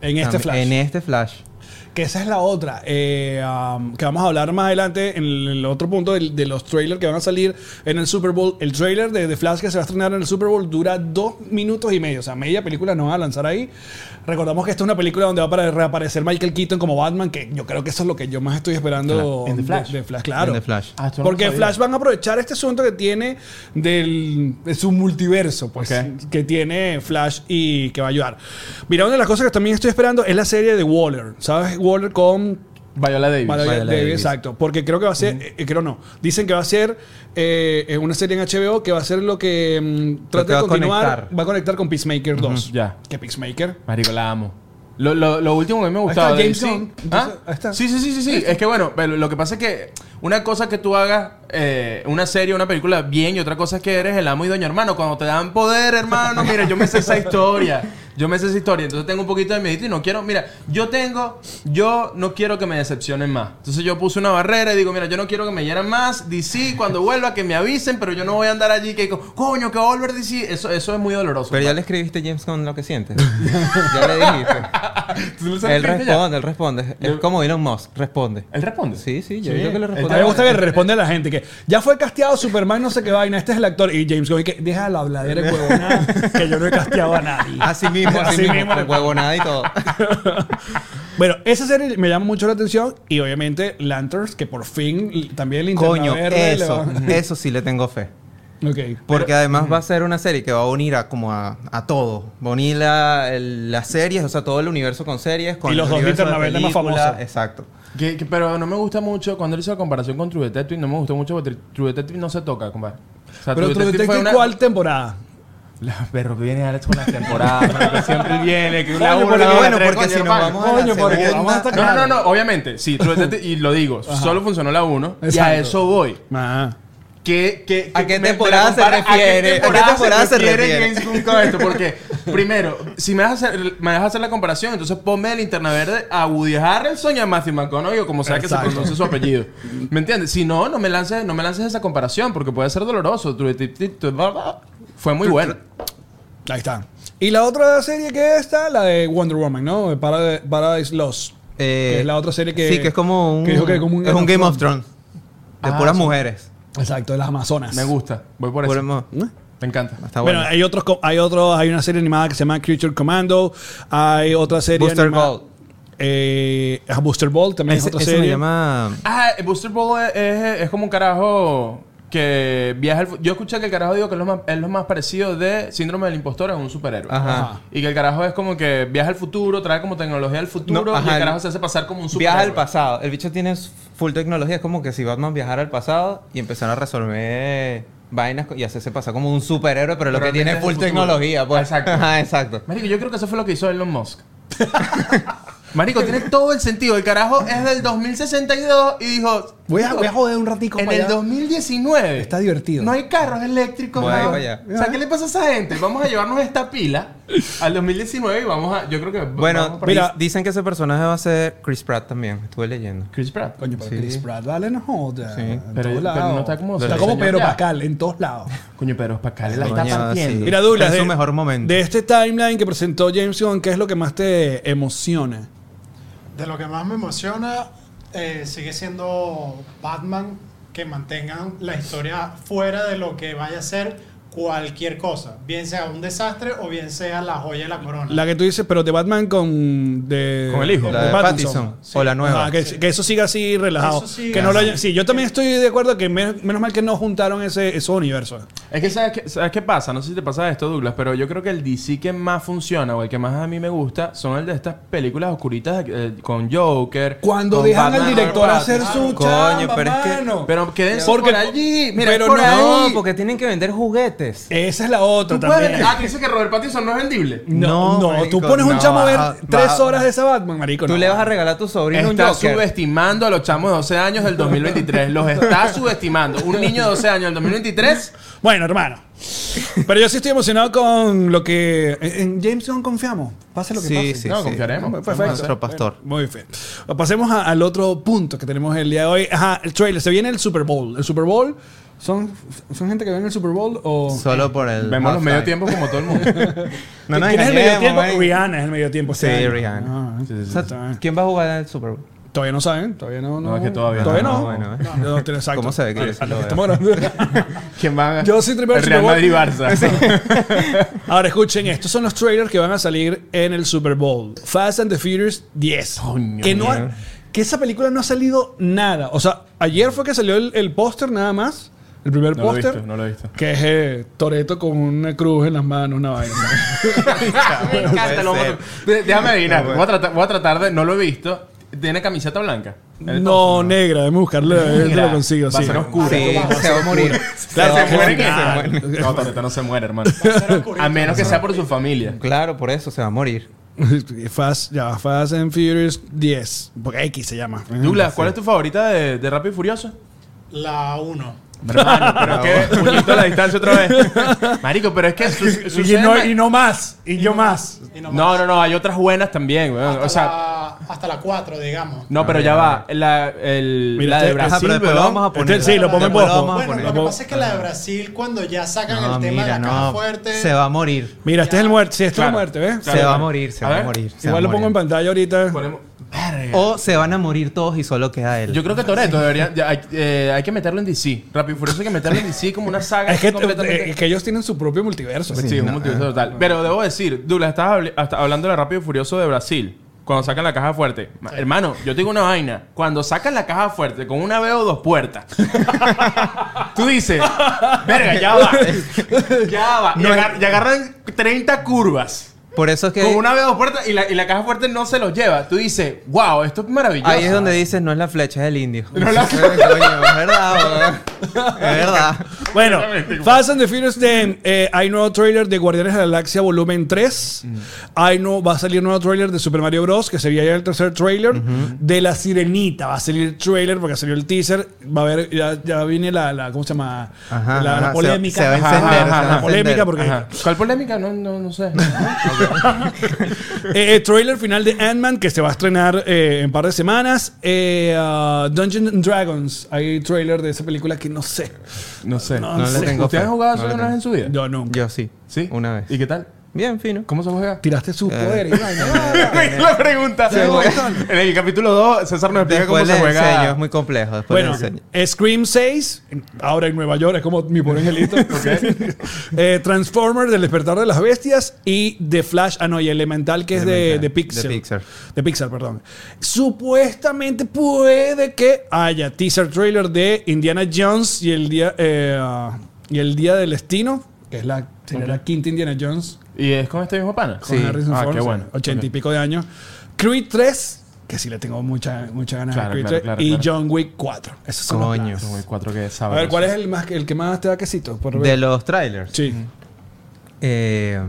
A: En este
C: Tam-
A: flash.
C: En este Flash.
A: Que esa es la otra, eh, um, que vamos a hablar más adelante en el, el otro punto del- de, los trailers que van a salir en el Super Bowl. El trailer de The Flash que se va a estrenar en el Super Bowl dura dos minutos y medio, o sea, media película nos van a lanzar ahí. Recordamos que esta es una película donde va a reaparecer Michael Keaton como Batman, que yo creo que eso es lo que yo más estoy esperando
B: En The Flash.
A: De, de claro.
C: En The Flash.
B: Ah, esto no lo
A: Porque
B: sabía.
A: Flash van a aprovechar este asunto que tiene del, de su multiverso, pues,
B: Ok.
A: que tiene Flash y que va a ayudar. Mira, una de las cosas que también estoy esperando es la serie de Waller, ¿sabes? Waller con...
B: Viola Davis.
A: Viola
C: Viola
A: Davis,
C: Davis.
A: Exacto, porque creo que va a ser, eh, creo no, dicen que va a ser eh, eh, una serie en HBO que va a ser lo que mm, trata
C: que va
A: de
C: a
A: continuar,
C: conectar.
A: va a conectar con Peacemaker 2.
B: ya.
A: Que Peacemaker,
B: Marico, la amo. Lo, lo- lo último que a mí me gustaba
A: Ahí
B: de
A: está, James
B: DC-
A: Gunn.
B: ¿Ah?
A: Entonces, ahí está.
B: Sí, sí, sí, sí, sí. Es que bueno, pero lo que pasa es que una cosa es que tú hagas eh, una serie, una película bien y otra cosa es que eres el amo y doña hermano. Cuando te dan
A: [LAUGHS]
B: poder, hermano, mira, yo me sé esa historia. Yo me sé esa historia. Entonces tengo un poquito de miedo y no quiero, mira, yo tengo, yo no quiero que me decepcionen más. Entonces yo puse una barrera y digo, mira, yo no quiero que me hieran más. DC, cuando vuelva, que me avisen, pero yo no voy a andar allí que, digo, coño, que va a volver DC. Eso, eso es muy doloroso.
C: Pero ya le escribiste a James Gunn lo que sientes. ya le dijiste.
B: ¿Tú lo sabes
C: Él
B: escribirte ya?
C: responde, él responde. Es como Elon Musk, responde.
B: Él responde.
C: Sí, sí, yo
A: Sí.
C: creo que le
A: A mí me gusta
C: responde.
A: que responde a la gente que ya fue casteado Superman, no sé qué vaina, este es el actor. Y James Gunn, y que deja la habladera de Ah, huevonada, [LAUGHS] que yo no he casteado a nadie.
C: Así mismo, así,
A: Así mismo
C: mismo,
A: le
C: con huevonada y todo.
A: Bueno, esa serie me llama mucho la atención y obviamente Lanterns, que por fin l- también el
C: Coño, eso, [LAUGHS] eso sí le tengo fe.
A: Ok.
C: Porque además
A: mm.
C: va a ser una serie que va a unir a como a, a todo. Va a unir la- el- las series, o sea, todo el universo con series. Con
A: Y los
C: el
A: dos
C: universo de
A: Linterna Verde más
C: películas.
A: famosos.
C: Exacto.
B: Que- que- pero no me gusta mucho, cuando él hizo la comparación con True Detective, no me gustó mucho porque Tr- True Detective no se toca, compadre. O sea,
A: Pero True
B: Detective fue
A: Detective,
B: una-
A: ¿cuál temporada?
B: La- Pero viene Alex con las temporadas, marico, siempre viene. Que la
A: Coño,
B: una,
A: porque-
B: la otra,
C: bueno,
B: tres,
C: porque
B: coño,
C: si nos
B: hermano.
C: vamos a
A: Coño,
C: la
A: porque
C: segunda-
A: vamos a estar-
B: No, no, no, obviamente, sí, True Detective, y lo digo, solo funcionó la 1, y a
A: Exacto.
B: eso voy.
A: Ah.
B: ¿Qué, qué,
C: ¿A
B: qué-
C: qué
B: me-
C: temporada
B: me
C: se
B: compara-
C: refiere?
B: ¿A qué temporada, se, refiere,
C: refiere?
B: James Gunn con esto? Porque, primero, si me vas a hacer, me vas a hacer la comparación, entonces ponme de linterna verde a Woody Harrelson y a Matthew McConaughey, o como sea que se
A: Exacto.
B: pronuncie su apellido. ¿Me entiendes? Si no, no me lances, no me lances esa comparación, porque puede ser doloroso. True Detective Fue muy bueno.
A: Ahí está. Y la otra serie que está, la de Wonder Woman, ¿no? Parad- Paradise Lost.
C: Eh,
A: que es la otra serie que.
C: Sí, que es como un.
A: que dijo que es como un
C: es un Game of Thrones. De
B: Ah,
C: puras
B: sí.
C: mujeres.
A: Exacto, de las Amazonas. ¿Eh?
B: Me gusta. Voy por
C: Puras
B: eso.
C: mu-
B: Te encanta.
C: Está
A: bueno,
C: bueno.
A: hay otros, co- hay otros, hay una serie animada que se llama Creature Commando, hay otra serie
C: Booster
A: animada-
C: Gold.
A: Eh, ah, Booster Ball también
C: Ese,
A: es otra
C: ese
A: serie.
C: me llama.
B: Ah, eh, Booster Ball es, es- es como un carajo que viaja al fu- Yo escuché que el carajo digo que es lo más, es lo más parecido de Síndrome del Impostor es un superhéroe.
A: Ah.
C: Ajá.
B: Y que el carajo es como que viaja al futuro, trae como tecnología al futuro
C: No,
B: y
C: ajá,
B: el carajo
C: el-
B: se hace pasar como un superhéroe.
C: Viaja al pasado. El bicho tiene full tecnología. Es como que si Batman viajara al pasado y empezara a resolver vainas y hacerse pasar como un superhéroe, pero lo
B: Pero
C: que tiene es
B: realmente
C: full
B: es el futuro.
C: tecnología. Pues. [LAUGHS]
B: Exacto.
C: Ajá, exacto.
B: Marico, yo creo que eso fue lo que hizo Elon Musk. [LAUGHS] Marico, tiene todo el sentido. El carajo es del 2062 y dijo...
A: Voy a,
B: "Marico,
A: voy a joder un ratico
B: En
A: para
B: el
A: allá.
B: 2019.
A: Está divertido.
B: No hay carros eléctricos.
C: Voy
B: nada.
C: para allá.
B: O sea, ¿qué le pasa a esa gente? Vamos a llevarnos esta pila al 2019 y vamos a. Yo creo que.
C: Bueno,
B: vamos por-
A: mira.
C: di- dicen que ese personaje va a ser Chris Pratt también. Estuve leyendo.
B: Chris Pratt.
A: Coño, pero
C: Sí.
A: Chris Pratt, vale, no joda.
C: Sí.
A: En
B: Pero-
A: todos
B: pero
A: lados.
B: no está como-
A: Está
B: Sí,
A: como
B: señor,
A: Pedro
B: ya.
A: Pascal, en todos lados.
B: Coño, pero Pascal la
C: Coño,
B: está partiendo.
C: sí.
A: Mira, Douglas.
C: Es su
A: de-
C: mejor momento.
A: De este timeline que presentó James Gunn, ¿qué es lo que más te emociona?
D: De lo que más me emociona eh, sigue siendo Batman, que mantengan la historia fuera de lo que vaya a ser cualquier cosa, bien sea un desastre o bien sea la joya de la corona.
A: La que tú dices, pero de Batman con. De,
B: Con el hijo.
C: La de Pattinson.
D: Sí.
C: O la nueva.
A: Ajá, que, que eso siga así relajado.
D: Eso siga
A: que no lo
D: así.
A: hayan- sí, yo también estoy de acuerdo que men- menos, mal que no juntaron ese, esos universos.
B: Es que ¿sabes, qué, ¿sabes qué pasa? No sé si te pasa esto, Douglas, pero yo creo que el DC que más funciona o el que más a mí me gusta son el de estas películas oscuritas eh, con Joker.
A: Cuando
B: con
A: dejan
B: Batman,
A: al director
B: Robin.
A: hacer su
C: Coño,
A: chamba,
C: pero es que-
A: mano.
B: Pero quédense
A: Porque-
B: por allí. Mira,
A: pero
B: por
A: no-
B: ahí.
C: No, porque tienen que vender juguetes.
A: Esa es la otra
B: Tú puedes-
A: también.
B: Ah, que dice que Robert Pattinson no es vendible.
A: No, no,
C: marico,
A: tú pones un
C: no,
A: chamo a ver
C: va-
A: tres
C: va-
A: horas de esa Batman, marico.
C: Tú
A: no.
C: le vas a regalar a tu sobrino un
B: Está
C: Joker.
B: subestimando a los chamos de 12 años del 2023. Los [LAUGHS] está subestimando. Un niño de 12 años del 2023.
A: Bueno, hermano. Pero yo sí estoy emocionado con lo que. eh, En en James Gunn confiamos. Pase lo que pase. pues,
C: Sí, sí,
B: no,
C: sí.
B: confiaremos.
A: Perfecto.
C: Nuestro pastor.
A: Muy bien. Pasemos a- al otro punto que tenemos el día de hoy. Ajá, el trailer. Se viene el Super Bowl. ¿El Super Bowl? ¿Son, son gente que ve en el Super Bowl o.?
C: Solo por el.
B: Vemos los
C: halftime.
B: medio tiempos como todo el mundo.
C: No nos
A: ¿Quién es el medio tiempo?
C: engañemos,
B: ah,
C: marico.
A: Rihanna es el medio tiempo.
C: Sí,
A: este año.
C: Rihanna.
A: Ah,
C: O sea, ¿Quién va a jugar al Super Bowl?
A: Todavía no saben, todavía no. No,
B: No, es que todavía
A: todavía no.
C: no.
A: no.
C: Bueno, eh.
A: No, no, tiene- exacto.
C: ¿Cómo se ve que
A: A-
C: yo sí
A: a lo
C: lo
A: que
C: veo?
A: estamos hablando.
B: [LAUGHS] ¿Quién va a
A: Yo sí tripeo
B: el
A: el
B: Real
A: Super
B: Madrid
A: Bowl.
B: [LAUGHS] Barça.
A: Ahora escuchen, estos son los trailers que van a salir en el Super Bowl. Fast and the Furious 10.
B: Coño,
A: que no ha-
B: mierda.
A: que esa película no ha salido nada. O sea, ayer fue que salió el, el póster nada más. El primer
B: No lo he
A: póster.
B: visto, no lo he visto.
A: Que es eh, Toreto con una cruz en las manos, una vaina.
B: Me encanta, lo vamos a- De- Déjame adivinar. Voy a, tratar, voy a tratar de. No lo he visto. Tiene camiseta blanca.
A: no, negra, déjame buscarla, a ver si
B: Negra.
A: lo consigo.
B: Va a
A: Sí.
B: ser oscuro.
C: Sí, se va a morir.
B: Claro, se,
C: va a
B: muere que
C: morir.
A: claro.
B: se [LAUGHS] muere. No, Torreta no se muere, hermano.
D: oscurito,
B: A menos que sea por su familia.
C: Claro, por eso se va a morir.
A: [LAUGHS] Fast, ya, Fast and Furious 10. Porque X se llama.
B: Douglas, ¿cuál es tu favorita de, de Rápido y Furioso?
D: La 1.
B: [LAUGHS] Hermano, pero que puñito a la distancia otra vez. Marico, pero es que
A: [LAUGHS]
B: su-
A: Y
B: sucede-
A: no, y no más. Y yo más.
D: Y no
B: No,
D: más.
B: no, no, hay otras buenas también, weón.
D: Hasta,
B: O sea,
D: la, hasta la 4, digamos.
B: no, pero ya va. La, el-
A: Mira,
B: la de
A: este-
C: Ajá,
B: Brasil,
C: pero después lo
B: weón.
C: vamos a poner.
A: Este- sí, lo pongo en
C: Después
A: post.
C: vamos a
D: Bueno,
A: poner.
D: lo que
A: Vamos-
D: pasa es que la de Brasil, cuando ya sacan
C: No,
D: Ah, el tema
C: mira,
D: de la caja
C: no.
D: fuerte,
C: Se va a morir.
A: Mira, este es el muerto. Sí, este es el
B: Claro.
A: muerto, ¿ves?
B: Claro,
C: se va a
B: claro.
C: morir, se
B: A
C: va a
B: ver,
C: morir. se
A: Igual
C: va
A: lo
C: a
A: pongo en
C: morir.
A: pantalla ahorita.
B: Ponemos-
C: O se van a morir todos y solo queda él.
B: Yo creo que Toreto debería. ya, hay, eh, hay que meterlo en DC. Rápido y Furioso hay que meterlo en DC como una saga.
A: Es que,
B: así completamente- pues
A: eh, es que ellos tienen su propio multiverso.
B: Sí,
C: Sí,
B: un
C: no,
B: multiverso
C: eh.
B: total. Pero debo decir, Douglas, estabas habl- hasta hablando de la Rápido y Furioso de Brasil. Cuando sacan la caja fuerte. Ma- Hermano, yo te digo una vaina. Cuando sacan la caja fuerte con una veo dos puertas. [LAUGHS] tú dices, verga, ya
C: [LAUGHS]
B: va. ya va. y,
C: No es-
B: agar- y agarran 30 curvas.
C: Por eso es que
B: Con una veo dos puertas y la, y la caja fuerte no se los lleva. Tú dices, wow, esto es maravilloso.
C: ahí es donde dices, no es la flecha, es el indio.
B: No es la-
C: [LAUGHS] Coño, es verdad, weón. Es verdad.
A: Bueno, Fast and the Furious 10. eh, hay nuevo trailer de Guardianes de la Galaxia Volumen 3.
C: Mm.
A: Hay no, va a salir nuevo trailer de Super Mario Bros. que sería ya el tercer trailer. De La Sirenita va a salir trailer porque salió el teaser. Va a haber, ya, ya viene la, la- ¿cómo se llama? la,
C: Ajá,
A: la
C: ajá, se-
A: polémica.
C: se va a
A: Ajá,
C: encender,
A: ajá,
C: se va a
A: la polémica
C: encender.
A: porque
B: Ajá. ¿Cuál polémica? No, no, no
C: [LAUGHS]
B: sé.
A: Eh, eh, trailer final de Ant-Man que se va a estrenar eh, en par de semanas. Eh, ah, Dungeons and Dragons. Hay trailer de esa película que no sé.
B: No sé.
A: No,
C: No le
A: sé.
C: tengo
B: ¿Ustedes
C: fe.
B: han jugado
C: No
B: solo
C: le
B: una vez en su vida?
A: Yo no.
C: tengo- Yo sí.
B: Sí.
C: Una vez.
B: ¿Y qué tal?
C: Bien, fino.
B: ¿Cómo se juega?
A: Tiraste sus poderes. Iván.
B: [LAUGHS] la pregunta.
C: Se juega.
B: En el capítulo 2, César nos explica
C: Después
B: cómo
C: le
B: se juega.
C: enseño, es muy complejo. Después
A: Bueno,
C: le enseño.
A: eh, Scream 6, ahora en Nueva York, es como mi pobre angelito.
B: [LAUGHS]
A: [LAUGHS] Eh, Transformers, del despertar de las bestias y The Flash, ah no, y Elemental, que es de,
C: Elemental,
A: de Pixar.
C: de Pixar.
A: De Pixar, perdón. Supuestamente puede que haya teaser trailer de Indiana Jones y el día, eh, y el día del destino, que es la, será la quinta Indiana Jones
B: ¿Y es con este mismo pana?
A: con
C: Sí.
A: Harrison
B: Ah,
A: Ford,
B: qué
A: o sea,
B: bueno.
A: 80 y pico de años. Creed 3, que sí le tengo mucha, mucha ganas
B: Claro,
A: a Creed
B: claro,
A: 3,
B: claro,
A: y
B: claro.
A: John Wick 4. Esos son los
C: Coño.
A: planes.
B: Güey, cuatro que
A: A
B: sabes.
A: ver, ¿cuál es el, más, el que más te da quesito? Por ver.
C: De los trailers.
A: Sí.
B: Mm.
C: Eh,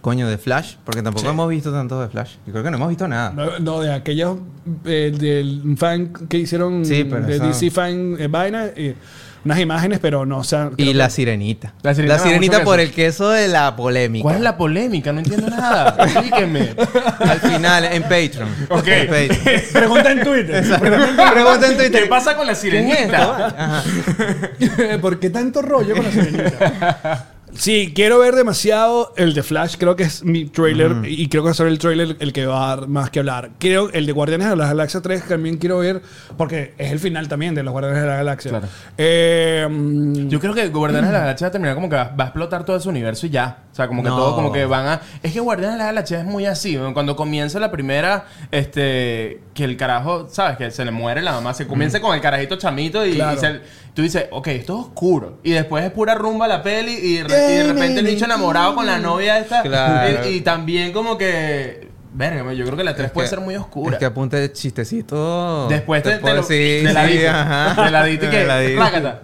C: coño, de Flash. Porque tampoco
A: Sí.
C: hemos visto tantos de Flash. Yo creo que no hemos visto nada.
A: No, no, de aquellos eh, del fan que hicieron
C: Sí, pero
A: de
C: eso-
A: DC fan eh, vaina, eh, unas imágenes, pero no, o sea, creo
C: Y
A: que-
C: la sirenita.
B: La sirenita da mucho
C: por
B: queso.
C: el queso de la polémica.
B: ¿Cuál es la polémica? No entiendo nada.
A: [LAUGHS]
B: Explíquenme.
C: Al final, en Patreon.
B: Ok.
C: En
A: [LAUGHS]
C: Patreon.
A: [LAUGHS] pregunta en Twitter.
C: Pregunta en Twitter.
B: ¿Qué pasa con la sirenita?
C: Ajá.
A: [LAUGHS] ¿Por qué tanto rollo con la
C: [LAUGHS]
A: sirenita? Sí, quiero ver demasiado el de Flash. Creo que es mi trailer y creo que va a ser el trailer el que va a dar más que hablar. Creo el de Guardianes de la Galaxia 3 también quiero ver porque es el final también de los Guardianes de la Galaxia.
B: Claro.
A: Eh, mm,
B: Yo creo que Guardianes de la Galaxia va a terminar como que va, va a explotar todo ese universo y ya. O sea, como que
C: No.
B: todo, como que van a. Es que Guardianes de la Galaxia es muy así. ¿no? Cuando comienza la primera, este. Que el carajo, ¿sabes? Que se le muere la mamá. Se comienza con el carajito chamito y,
A: Claro.
B: y se- tú dices, ok, esto es oscuro. Y después es pura rumba la peli y, re- y de repente el bicho enamorado con la novia esta.
C: Claro.
B: Y, y también como que. Verga, yo creo que la 3
C: Es
B: puede
C: que-
B: ser muy oscura.
C: Es que apunte de chistecito.
B: Después te, te
C: puedo
B: lo,
C: decir,
B: te la
C: sí,
B: diste.
C: ajá.
B: Te la diste
C: [LAUGHS] Me la
B: que.
C: diste.
B: Plácata.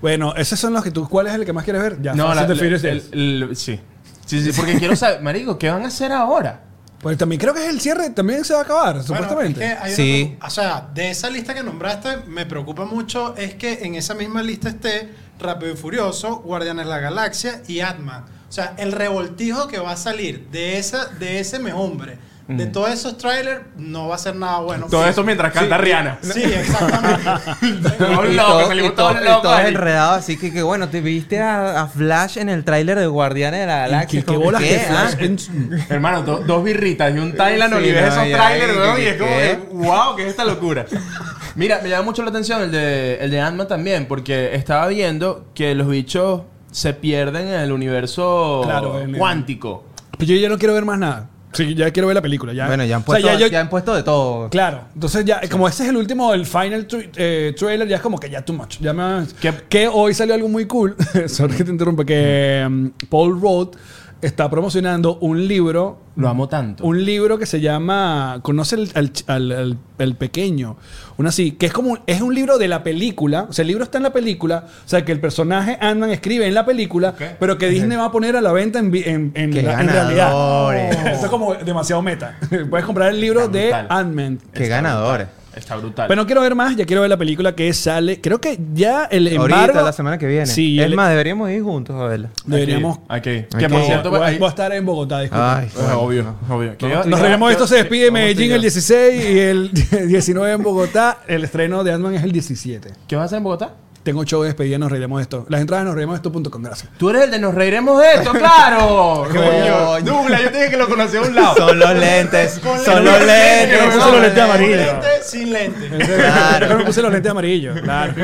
A: Bueno, esos son los que tú. ¿Cuál es el que más quieres ver? Ya,
B: No,
A: Fast
B: la,
A: and the
B: la-
A: Furious
B: el-
A: 10.
B: el- sí. Sí, sí, porque quiero saber, marico, ¿qué van a hacer ahora?
A: Pues también creo que es el cierre, también se va a acabar,
D: Bueno,
A: supuestamente.
D: es que hay
C: Sí.
D: una preocup- o sea, de esa lista que nombraste, me preocupa mucho es que en esa misma lista esté Rápido y Furioso, Guardianes de la Galaxia y Atman. O sea, el revoltijo que va a salir de, esa, de ese mejombre, de todos esos trailers, no va a ser nada bueno.
B: Todo
D: Sí.
B: eso mientras canta Rihanna. [LAUGHS]
D: Sí, exactamente.
B: Todos
C: Y
B: locos,
C: todo-
B: salimos
C: y todo-
B: todos
C: y
B: locos
C: todo
B: ahí.
C: enredado, así que, que bueno, te viste a, a Flash en el tráiler de Guardianes de
A: Y
C: la
A: que-
C: Galaxia.
A: que
C: como
A: bolas que
C: ¿qué? Ah,
A: Flash en-
B: Hermano, do- dos birritas y un Thailand
C: Sí,
B: y ves
C: no,
B: esos
C: ya,
B: trailers,
C: ya,
B: weón,
C: ya,
B: y es como,
C: ¿qué?
B: que, wow, ¿qué es esta locura? [LAUGHS] Mira, me llama mucho la atención el de, el de Ant-Man también, porque estaba viendo que los bichos se pierden en el universo
A: Claro, en el-
B: cuántico.
A: Pero Pues yo ya no quiero ver más nada. Sí, ya quiero ver la película. Ya.
C: Bueno, ya han
A: O sea,
C: puesto,
A: yo-
C: ya han puesto de todo.
A: Claro, entonces ya, como ese es el último, el final tr- eh, trailer, ya es como que ya too much. Ya me-
B: ¿Qué-
A: Que hoy salió algo muy cool, [LAUGHS] sorry que te interrumpa, que mm, Paul Roth está promocionando un libro,
B: Lo amo tanto.
A: un libro que se llama, conoce el- al, ch- al- al- el pequeño, uno así, que es como, un- es un libro de la película, o sea, el libro está en la película, o sea, que el personaje Andan escribe en la película,
B: Ok.
A: pero que Disney va a poner a la venta en, vi- en, en
C: ¡Qué
A: la- en realidad.
C: ganadores!
A: Eso es como demasiado meta. [LAUGHS] Puedes comprar el libro
B: Está
A: de
B: brutal.
A: Ant-Man.
C: ¡Qué ganadores!
B: Está brutal.
A: Pero no quiero ver más, ya quiero ver la película que sale. Creo que ya el embargo.
C: Ahorita, la semana que viene.
A: Sí,
C: es
A: el-
C: más, deberíamos ir juntos a verla.
A: Deberíamos.
B: Aquí.
C: Aquí.
B: Que por cierto,
A: voy, a-
B: ahí-
A: voy a estar en Bogotá, disculpa.
C: Ay,
B: Es obvio, obvio. Que-
C: Vamos tú y
A: Ah, Nos
C: yo.
A: reiremos de esto, se
B: Sí,
A: despide
C: vamos tú y
A: Medellín
C: yo.
A: el 16 y el [LAUGHS] 19 en Bogotá. El estreno de Ant-Man es el 17.
B: ¿Qué vas a hacer en Bogotá?
A: Tengo show de despedida, nos reiremos de esto. Las entradas nos reiremos de esto.com, gracias.
B: Tú eres el de nos reiremos de esto, [LAUGHS] claro.
C: Coño.
B: Douglas, yo te dije que lo conocí a un lado.
C: Son los lentes.
D: Con
C: Son
D: lentes.
C: los lentes.
A: Yo me puse
C: son
A: los lentes
C: lentes.
A: amarillos.
D: Lente sin lente.
C: Claro.
A: Pero [LAUGHS] me puse los lentes amarillos. Claro.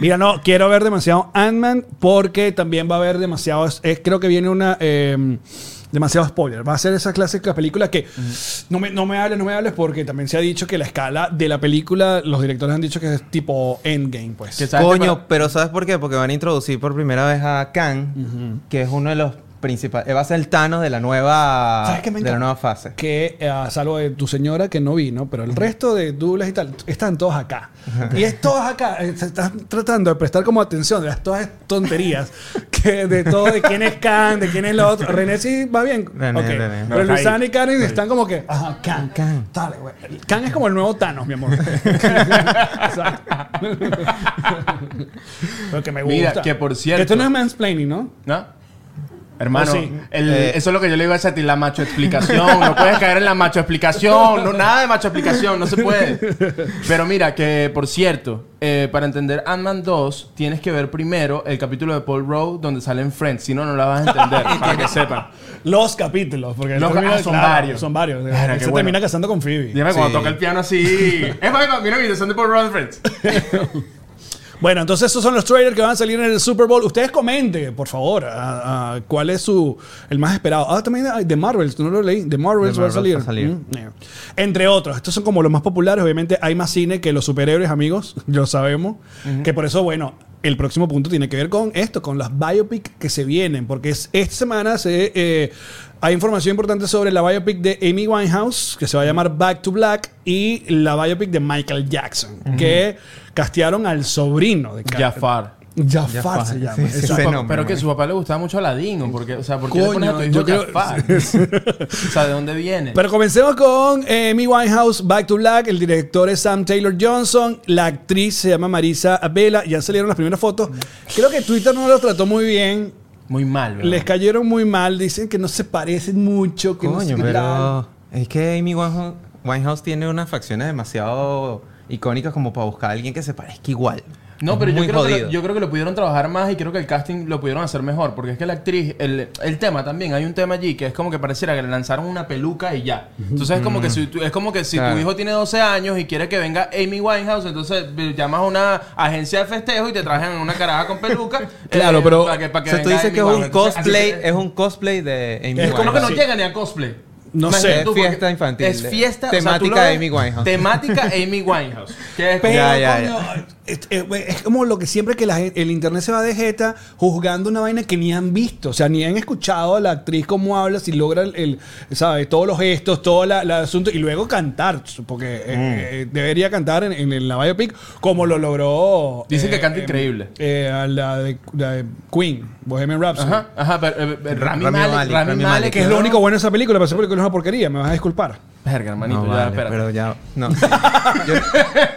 A: Mira, no, quiero ver demasiado Ant-Man porque también va a haber demasiados. eh, creo que viene una. eh, demasiado spoiler. Va a ser esa clásica película que. No, me, no me hables, no me hables porque también se ha dicho que la escala de la película, los directores han dicho que es tipo Endgame, pues.
B: Que sa- ¿Sabes qué
C: Coño, pero ¿sabes por qué? Porque van a introducir por primera vez a Kang, que es uno de los principales. eh, Va a ser el Thanos de la nueva,
A: ¿Sabes qué me
C: de la
A: encanta?
C: nueva fase.
A: que eh, salvo de tu señora que no vino, pero el resto de Douglas y tal, están todos acá. Y es todos acá, eh, se están tratando de prestar como atención de las todas
C: [LAUGHS]
A: tonterías, que de todo, de quién es Khan, de quién es lo otro. René sí va bien.
C: René,
A: Ok.
C: René.
A: Pero
B: No,
A: Luzana y Karen
B: ahí.
A: están como que, ajá, Khan, Khan.
C: Khan.
A: Dale, güey. Khan es como el nuevo Thanos, mi
C: [LAUGHS]
A: amor. Exacto. Lo que me gusta.
B: Mira, que por cierto-
A: Esto no es mansplaining, ¿no?
B: ¿No? Hermano,
A: Oh, sí.
B: el-
C: Eh.
B: eso es lo que yo le digo a Chati, la macho explicación. No puedes caer en la macho explicación. No, nada de macho explicación, no se puede. Pero mira, que por cierto, eh, para entender Ant-Man 2, tienes que ver primero el capítulo de Paul Rowe donde salen Friends. Si no, no la vas a entender, para [LAUGHS] que sepan.
A: Los capítulos, porque
B: Los-
A: termina-
B: ah, son varios.
A: Son varios.
B: Claro,
A: Él
B: qué
A: se
B: bueno.
A: termina casando con Phoebe.
B: Dígame
C: Sí.
B: cuando toca el piano así. Es más, mira, mira, mira, son de Paul Rowe de Friends.
A: Bueno, entonces esos son los trailers que van a salir en el Super Bowl. Ustedes comenten, por favor, a- a cuál es su el más esperado. Ah, también hay de Marvels, no lo leí. De Marvels,
C: De
A: va a salir.
C: Marvels va a salir.
A: Mm, yeah. Entre otros, estos son como los más populares. Obviamente hay más cine que los superhéroes, amigos, [LAUGHS] lo sabemos. Que por eso, bueno, el próximo punto tiene que ver con esto, con las biopic que se vienen. Porque es, esta semana se, eh, hay información importante sobre la biopic de Amy Winehouse, que se va a llamar Back to Black, y la biopic de Michael Jackson, que castearon al sobrino de Ca-
B: Jafar.
A: Jafar,
C: Jafar,
A: se llama.
C: sí, sí,
A: Exacto.
C: sí.
B: Pa-
C: nombre,
B: pero que
C: man.
B: su papá le gustaba mucho Aladino, porque, o sea, ¿por qué le pones a tu
A: Coño,
B: hijo
A: yo creo-
C: [LAUGHS]
B: Jafar? o sea, ¿de dónde viene?
A: Pero comencemos con eh, Amy Winehouse, Back to Black. El director es Sam Taylor Johnson. La actriz se llama Marisa Vela. Ya salieron las primeras fotos. Creo que Twitter no los trató muy bien.
B: Muy mal, ¿verdad?
A: Les cayeron muy mal. Dicen que no se parecen mucho. Que no sé
C: Coño,
A: qué tal.
C: pero es que Amy Winehouse, Winehouse tiene unas facciones demasiado icónicas como para buscar a alguien que se parezca igual.
B: No, pero
C: Es
B: yo
C: muy
B: creo, que lo,
C: jodido.
B: yo creo que lo pudieron trabajar más y creo que el casting lo pudieron hacer mejor. Porque es que la actriz, el, el tema también, hay un tema allí que es como que pareciera que le lanzaron una peluca y ya. Entonces es como que si, tu- es como que si
C: Claro.
B: tu hijo tiene 12 años y quiere que venga Amy Winehouse, entonces eh, llamas a una agencia de festejo y te traen una caraja con peluca. eh,
C: Claro, pero
B: para que- para que
C: o sea, tú
B: venga
C: dices
B: Amy
C: que es un
B: Winehouse. Entonces, así
C: cosplay,
B: que-
C: es un cosplay de Amy
A: Es
C: Winehouse.
A: como
B: ¿Cómo que no
A: Sí.
B: llega ni a cosplay?
A: No
B: Imagínate
A: sé.
C: Es
B: porque
C: fiesta infantil.
B: Es fiesta. o sea,
C: Temática
B: tú lo
C: de
B: ves-
C: Amy Winehouse. [LAUGHS]
B: Temática Amy Winehouse. Que es
A: Pero,
C: Ya, ya,
A: coño, Es, es- es como lo que siempre que la gen- el internet se va de jeta juzgando una vaina que ni han visto. O sea, ni han escuchado a la actriz cómo habla, si logra el, el- ¿sabes? Todos los gestos, todo la- la asunto. Y luego cantar, porque eh,
C: Mm.
A: eh, debería cantar en, en, la biopic como lo logró...
B: Dicen
A: eh,
B: que canta
A: eh,
B: increíble.
A: eh, a la de, la de Queen, Bohemian Rhapsody.
B: Ajá, ajá, pero eh, eh, Rami,
C: Rami
B: Malek,
C: Malek,
B: Rami
C: Rami
B: Malek,
C: Malek,
A: Que es lo único bueno de esa película, pero esa película es una porquería, me vas a disculpar.
B: Verga, hermanito,
C: no,
B: ya,
C: vale,
B: espérate. [LAUGHS]
C: pero ya, no, sí. Yo-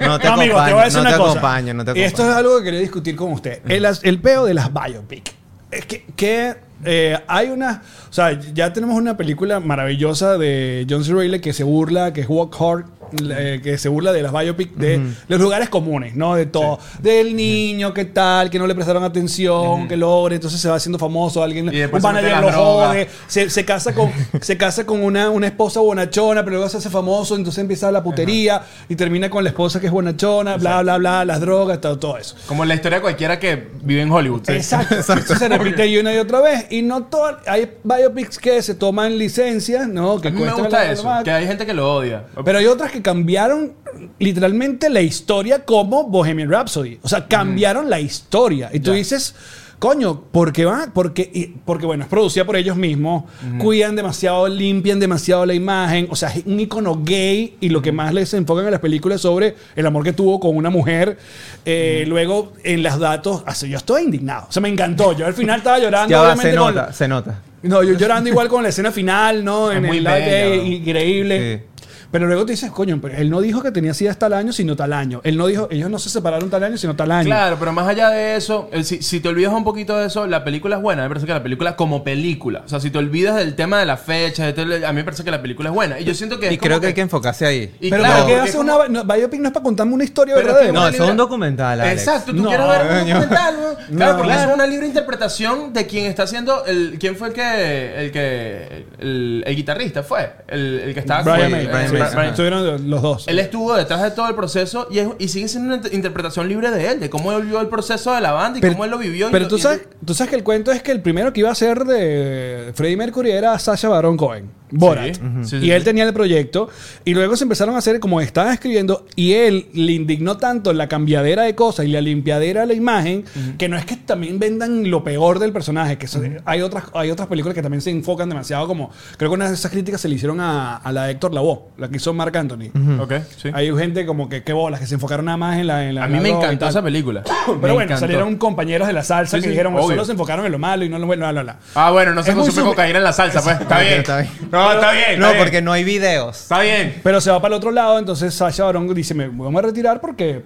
C: no te
A: No, [LAUGHS] amigo, te voy a
C: acompaño,
A: decir
C: no te
A: una cosa.
C: acompaño, no te acompaño.
A: Esto es algo que quería discutir con usted. El, as- el peo de las biopic. Es que, que, eh, hay una... O sea, ya tenemos una película maravillosa de John C. Reilly que se burla, que es Walk Hard, eh, que se burla de las biopic de los lugares comunes, ¿no? De todo. Del niño, que tal, que no le prestaron atención, que logre. Entonces se va haciendo famoso alguien.
B: Y después
A: Un
B: se mete
A: manager
B: las
A: lo
B: drogas.
A: jode. Se, se casa
B: [LAUGHS]
A: con, se casa con una, una esposa bonachona, pero luego se hace famoso, entonces empieza la putería y termina con la esposa que es bonachona, bla, bla, bla, las drogas, todo, todo eso.
B: Como la historia de cualquiera que vive en Hollywood. ¿sí? [LAUGHS]
A: Exacto. Eso se repite y una y otra vez. Y no todo. Hay biopics que se toman licencias, ¿no? Que
B: A mí me
A: cuestan
B: gusta
A: la-
B: eso,
A: la-
B: que hay gente que lo odia.
A: Pero hay otras que cambiaron literalmente la historia como Bohemian Rhapsody. O sea, cambiaron la historia. Y tú
B: Ya.
A: dices, coño, ¿por qué van? Porque, y- porque bueno, es producida por ellos mismos, cuidan demasiado, limpian demasiado la imagen. O sea, es un icono gay y lo que más les enfocan en las películas es sobre el amor que tuvo con una mujer. Eh, Luego, en los datos, así, yo estoy indignado. O sea, me encantó. Yo al final estaba llorando.
C: ya va,
A: obviamente,
C: se
A: con-
C: nota, se nota.
A: no, yo llorando igual con la escena final, ¿no?
B: Es
A: en
B: muy
A: el live,
B: bella,
A: eh,
B: ¿no?
A: increíble. Pero luego te dices, coño, pero él no dijo que tenía SIDA tal año, sino tal año. Él no dijo, ellos no se separaron tal año, sino tal año.
B: Claro, pero más allá de eso, eh, si, si te olvidas un poquito de eso, la película es buena. A mí me parece que la película como película. O sea, si te olvidas del tema de la fecha, de todo, a mí me parece que la película es buena. Y yo siento que. es
C: Y
B: como
C: creo que hay que enfocarse ahí.
B: Y
A: pero
B: claro,
A: ¿para qué
B: porque
A: hace
B: como-
A: una va- no, biopic no es para contarme una historia
B: Pero es que
A: verdadera?
B: una
C: No, eso es
B: libra-
C: un documental, Alex.
B: Exacto, tú
A: No,
B: quieres ver un
C: coño.
B: documental, ¿no? Claro,
A: No.
B: porque
A: Claro.
B: es una libre interpretación de quién está haciendo el quién fue el que el que el, el guitarrista fue, el, el que estaba
A: Brian
B: el-
A: May.
B: el-
A: Brian
B: el-
A: May.
C: Brian-
A: Ajá. Estuvieron los dos.
B: Él estuvo detrás de todo el proceso y, es- y sigue siendo una inter- interpretación libre de él, de cómo él vio el proceso de la banda y cómo él lo vivió. y
A: Pero
B: lo-
A: tú,
B: y-
A: sabes, tú sabes que el cuento es que el primero que iba a ser de Freddie Mercury era Sasha Baron Cohen, Borat.
B: Sí, ujú. Sí,
A: y
B: sí,
A: él
B: sí.
A: tenía el proyecto. Y luego se empezaron a hacer como estaban escribiendo. Y él le indignó tanto la cambiadera de cosas y la limpiadera de la imagen. Que no es que también vendan lo peor del personaje. Que eso- hay, otras, hay otras películas que también se enfocan demasiado. Como creo que una de esas críticas se le hicieron a, a la de Héctor Lavoe, la que hizo Marc Anthony.
B: Ok, sí.
A: Hay gente como que qué bolas, que se enfocaron nada más en la. En la
B: A mí
A: la
B: me
A: droga y
B: encantó
A: tal.
B: esa
C: [COUGHS]
B: película.
A: Pero
B: Me
A: bueno,
B: encantó.
A: salieron compañeros de la salsa
B: Sí,
A: que
B: sí,
A: dijeron,
B: obvio.
A: solo se enfocaron en lo malo y no lo bueno, bla, bla, bla.
B: Ah, bueno, no se
A: Es muy
B: consume
A: sub-
B: cocaína en la salsa, pues. Está bien.
C: Está bien.
B: No, está bien. está
C: No,
B: bien.
C: porque no hay videos.
B: está
C: [LAUGHS]
B: bien.
A: Pero se va para el otro lado, entonces Sasha Baron dice, me voy a retirar porque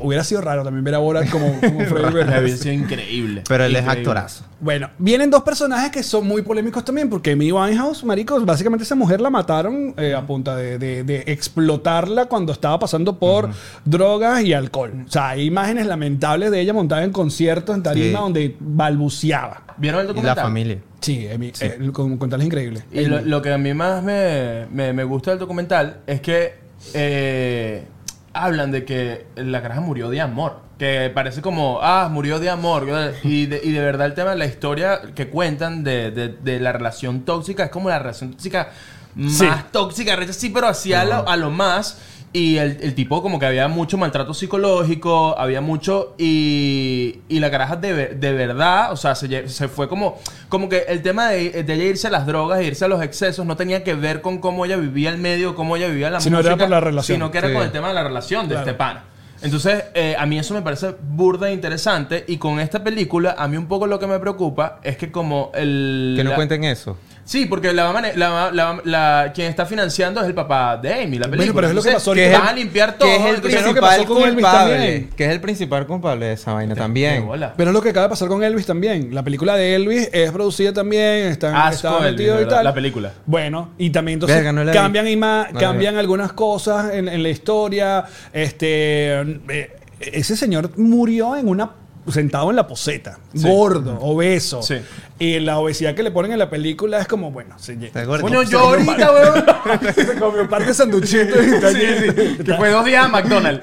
A: hubiera sido raro también ver a Borat como,
B: [LAUGHS]
A: como Freddie Mercury.
B: Había sido increíble.
C: Pero él es
B: Increíble.
C: actorazo.
A: Bueno, vienen dos personajes que son muy polémicos también, porque Amy Winehouse, maricos, básicamente esa mujer la mataron eh, a punta de, de- de explotarla cuando estaba pasando por drogas y alcohol. O sea, hay imágenes lamentables de ella montada en conciertos, en tarima,
C: Sí.
A: donde balbuceaba.
B: ¿Vieron el
C: Y
B: documental?
C: la familia.
A: Sí, Amy, eh, con, con tal es increíble.
B: Y lo, lo que a mí más me, me- me gusta del documental es que eh, hablan de que la caraja murió de amor. Que parece como, ah, murió de amor. Y de, y de verdad el tema, la historia que cuentan de, de- de la relación tóxica es como la relación tóxica más
A: Sí.
B: tóxica, recha, sí, pero hacia lo- a lo más. Y el, el tipo como que había mucho maltrato psicológico, había mucho... Y, y la caraja de, ver- de verdad, o sea, se, lle- se fue como... Como que el tema de, de ella irse a las drogas, e irse a los excesos, no tenía que ver con cómo ella vivía el medio, cómo ella vivía la
A: Sino era
B: música.
A: por la relación.
B: Sino que era
C: Sí.
B: con el tema de la relación de
A: Claro.
B: este pana. Entonces, eh, a mí eso me parece burda e interesante. Y con esta película, a mí un poco lo que me preocupa es que como el...
C: Que no
B: la-
C: cuenten eso.
B: Sí, porque la, va a mane- la, va- la, va- la- quien está financiando es el papá de Amy, la película.
A: Bueno, pero es lo que
B: Entonces,
A: pasó
B: que
A: ahorita.
B: Van a limpiar todo.
C: Que es el
B: entonces-
A: primero que
C: principal
A: pasó con Elvis
C: culpable.
A: también.
C: Que es el principal culpable de esa vaina
B: Qué
C: también.
B: bola.
A: Pero es lo que acaba de pasar con Elvis también. La película de Elvis es producida también, está,
B: Asco
A: estaba
B: Elvis,
A: metido
B: de
A: y
B: verdad,
A: tal.
B: la película.
A: Bueno, y también entonces
C: Verga, no la vi.
A: cambian, ima-
C: No la
A: cambian algunas cosas en, en la historia. Este, eh, ese señor murió en una sentado en la poseta, gordo, obeso.
B: Sí.
A: Y la obesidad que le ponen en la película es como, bueno, se, lle-
C: Está gordo.
B: Coño, yo ahorita,
A: [LAUGHS]
B: weón.
A: se comió parte de sanduchito y está
B: [LAUGHS] Sí, sí,
A: lleno.
B: Que fue dos días a McDonald's.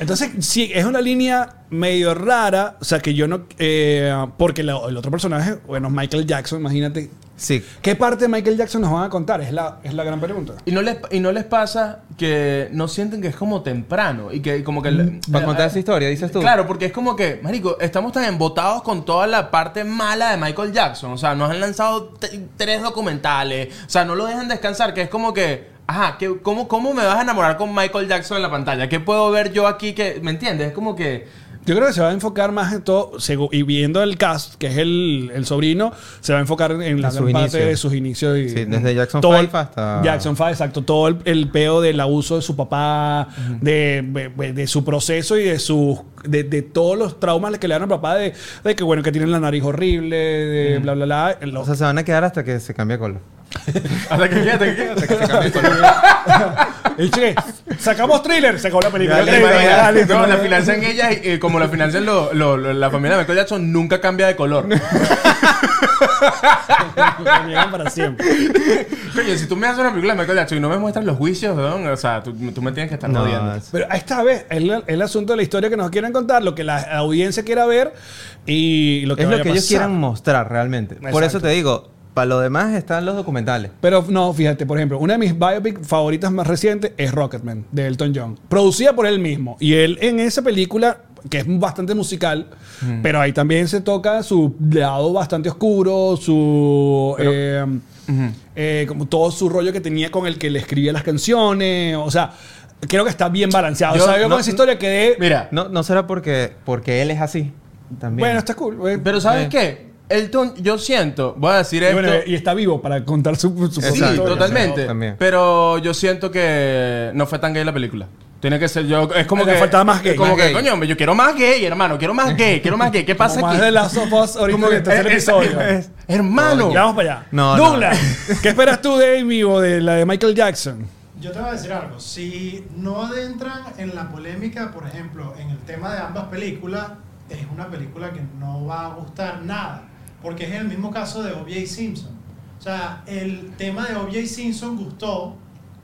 A: Entonces, sí, es una línea medio rara. O sea, que yo no. eh, porque la- el otro personaje, bueno, Michael Jackson, imagínate.
C: Sí.
A: ¿Qué parte de Michael Jackson nos van a contar? Es la, es la gran pregunta.
B: Y no, les, y no les pasa que no sienten que es como temprano y que como que...
A: Mm.
B: le-
C: Para contar esa historia, dices tú.
B: eh, Claro, porque es como que, marico, estamos tan embotados con toda la parte mala de Michael Jackson. O sea, nos han lanzado t- tres documentales. O sea, no lo dejan descansar, que es como que, ajá, que, ¿cómo, ¿cómo me vas a enamorar con Michael Jackson en la pantalla? ¿Qué puedo ver yo aquí que, ¿me entiendes? Es como que... [LAUGHS]
A: Yo creo que se va a enfocar más en todo, segu- y viendo el cast, que es el, el sobrino, se va a enfocar en la
C: En
A: gran
C: sus
A: parte
C: inicios.
A: de sus inicios. Y,
C: Sí, desde Jackson
A: todo el-
C: Five hasta-
A: Jackson 5, exacto. Todo el, el peo del abuso de su papá, de, de- de su proceso y de sus de, de todos los traumas que le dan al papá, de, de que bueno, que tienen la nariz horrible, de bla, bla, bla. Lo-
C: O sea, se van a quedar hasta que se cambie de color.
B: Hasta que quédate,
C: Hasta que se cambie
B: [LAUGHS]
C: de color.
A: el che, sacamos thriller, se acabó la película.
B: Dale,
A: Ok,
B: dale,
A: venga,
B: dale.
A: listo,
B: No,
A: no,
B: la
A: no.
B: financian ella y eh, como la financian lo- lo- lo- la familia de Michael Jackson nunca cambia de
C: [LAUGHS]
B: color.
A: La niegan para siempre.
B: Coño, si tú me haces una película de Michael Jackson y no me muestras los juicios, weón, o sea, tú, tú me tienes que estar jodiendo.
C: es-
A: Pero esta vez es la- es el asunto de la historia que nos quieren contar, lo que la audiencia quiera ver y lo que
C: es lo
A: vaya
C: que
A: a
C: ellos
A: pasar.
C: quieran mostrar realmente. Por eso
A: Exacto.
C: te digo, para lo demás están los documentales.
A: Pero no, fíjate, por ejemplo, una de mis biopic favoritas más recientes es Rocketman, de Elton John. Producida por él mismo. Y él en esa película, que es bastante musical, pero ahí también se toca su lado bastante oscuro, su... eh, eh, como todo su rollo que tenía con el que le escribía las canciones. O sea, creo que está bien balanceado.
B: Yo
A: o sea, yo
B: no-
A: con esa historia quedé...
B: Mira,
C: No, no será porque, porque él es así. También.
A: bueno, está cool. eh,
B: pero ¿sabes qué? Elton, yo siento, voy a decir
A: Y,
B: esto.
A: bueno, y está vivo para contar su, su propia
B: Sí,
C: Exacto.
A: historia.
B: totalmente.
C: También.
B: Pero yo siento que no fue tan gay la película. Tiene que ser yo. Es como
A: Le
B: que.
A: faltaba más gay.
B: Como
C: Más
B: que,
C: gay.
B: coño, yo quiero más gay, hermano. Quiero más gay, quiero más gay. ¿Qué pasa
A: Como más
B: aquí?
A: de las sofás ahorita en el tercer
B: Eh, esa- [LAUGHS]
A: episodio.
B: eh, eh, hermano.
A: Ya vamos para allá.
C: No, no.
A: Douglas, ¿qué esperas tú de Amy o de la de Michael Jackson?
D: Yo te voy a decir algo. Si no adentran en la polémica, por ejemplo, en el tema de ambas películas, es una película que no va a gustar nada. Porque es el mismo caso de O.J. Simpson. O sea, el tema de O.J. Simpson gustó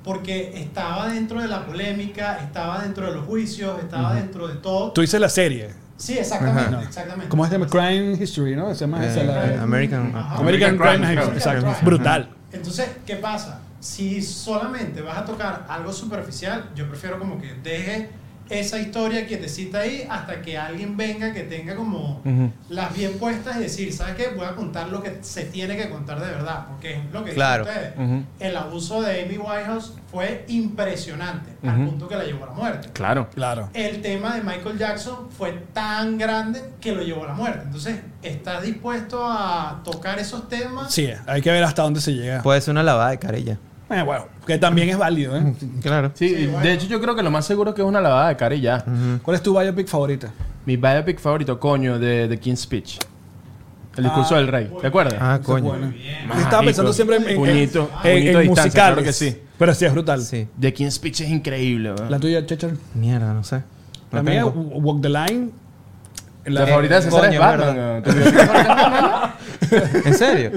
D: porque estaba dentro de la polémica, estaba dentro de los juicios, estaba dentro de todo.
A: Tú dices la serie.
D: Sí, exactamente,
C: Ajá.
D: exactamente.
A: ¿Cómo se llama? Crime History, ¿no? Se llama esa
C: Eh,
A: la-
C: Am- American-
D: Ajá.
A: American, Crime,
B: Crime
A: History.
D: History.
A: Exacto. Brutal.
D: Entonces, ¿qué pasa? Si solamente vas a tocar algo superficial, yo prefiero como que deje esa historia que te cita ahí hasta que alguien venga que tenga como
B: Ujú.
D: las bien puestas y decir, ¿sabes qué? Voy a contar lo que se tiene que contar de verdad, porque es lo que dicen
C: Claro.
D: ustedes.
B: Ujú.
D: El abuso de Amy Winehouse fue impresionante, al
B: Ujú.
D: punto que la llevó a la muerte.
B: Claro.
A: Claro.
D: El tema de Michael Jackson fue tan grande que lo llevó a la muerte. Entonces, ¿estás dispuesto a tocar esos temas?
A: Sí, hay que ver hasta dónde se llega.
C: Puede ser una lavada de carilla.
B: Pues-
A: Eh, bueno, que también es válido, ¿eh?
C: Claro.
B: Sí,
D: Sí, bueno.
B: de hecho, yo creo que lo más seguro es que es una lavada de cara y ya.
A: ¿Cuál es tu biopic favorita?
B: Mi biopic favorito, coño, de The King's Speech. El discurso
A: Ah,
B: del rey. ¿Te acuerdas?
C: Ah,
A: Buena.
C: coño.
A: Yo estaba pensando siempre en, en,
B: Puñito-
A: en-
B: puñito
A: en
B: a distancia,
A: musicales.
B: claro que sí.
A: Pero sí, es brutal.
C: Sí.
B: The King's Speech es increíble, weón.
A: La tuya, Chechar.
C: Mierda, no sé. No
A: La mía,
C: tengo.
A: Walk the Line.
B: La favorita de César
C: coño,
B: es Batman.
C: ¿En serio?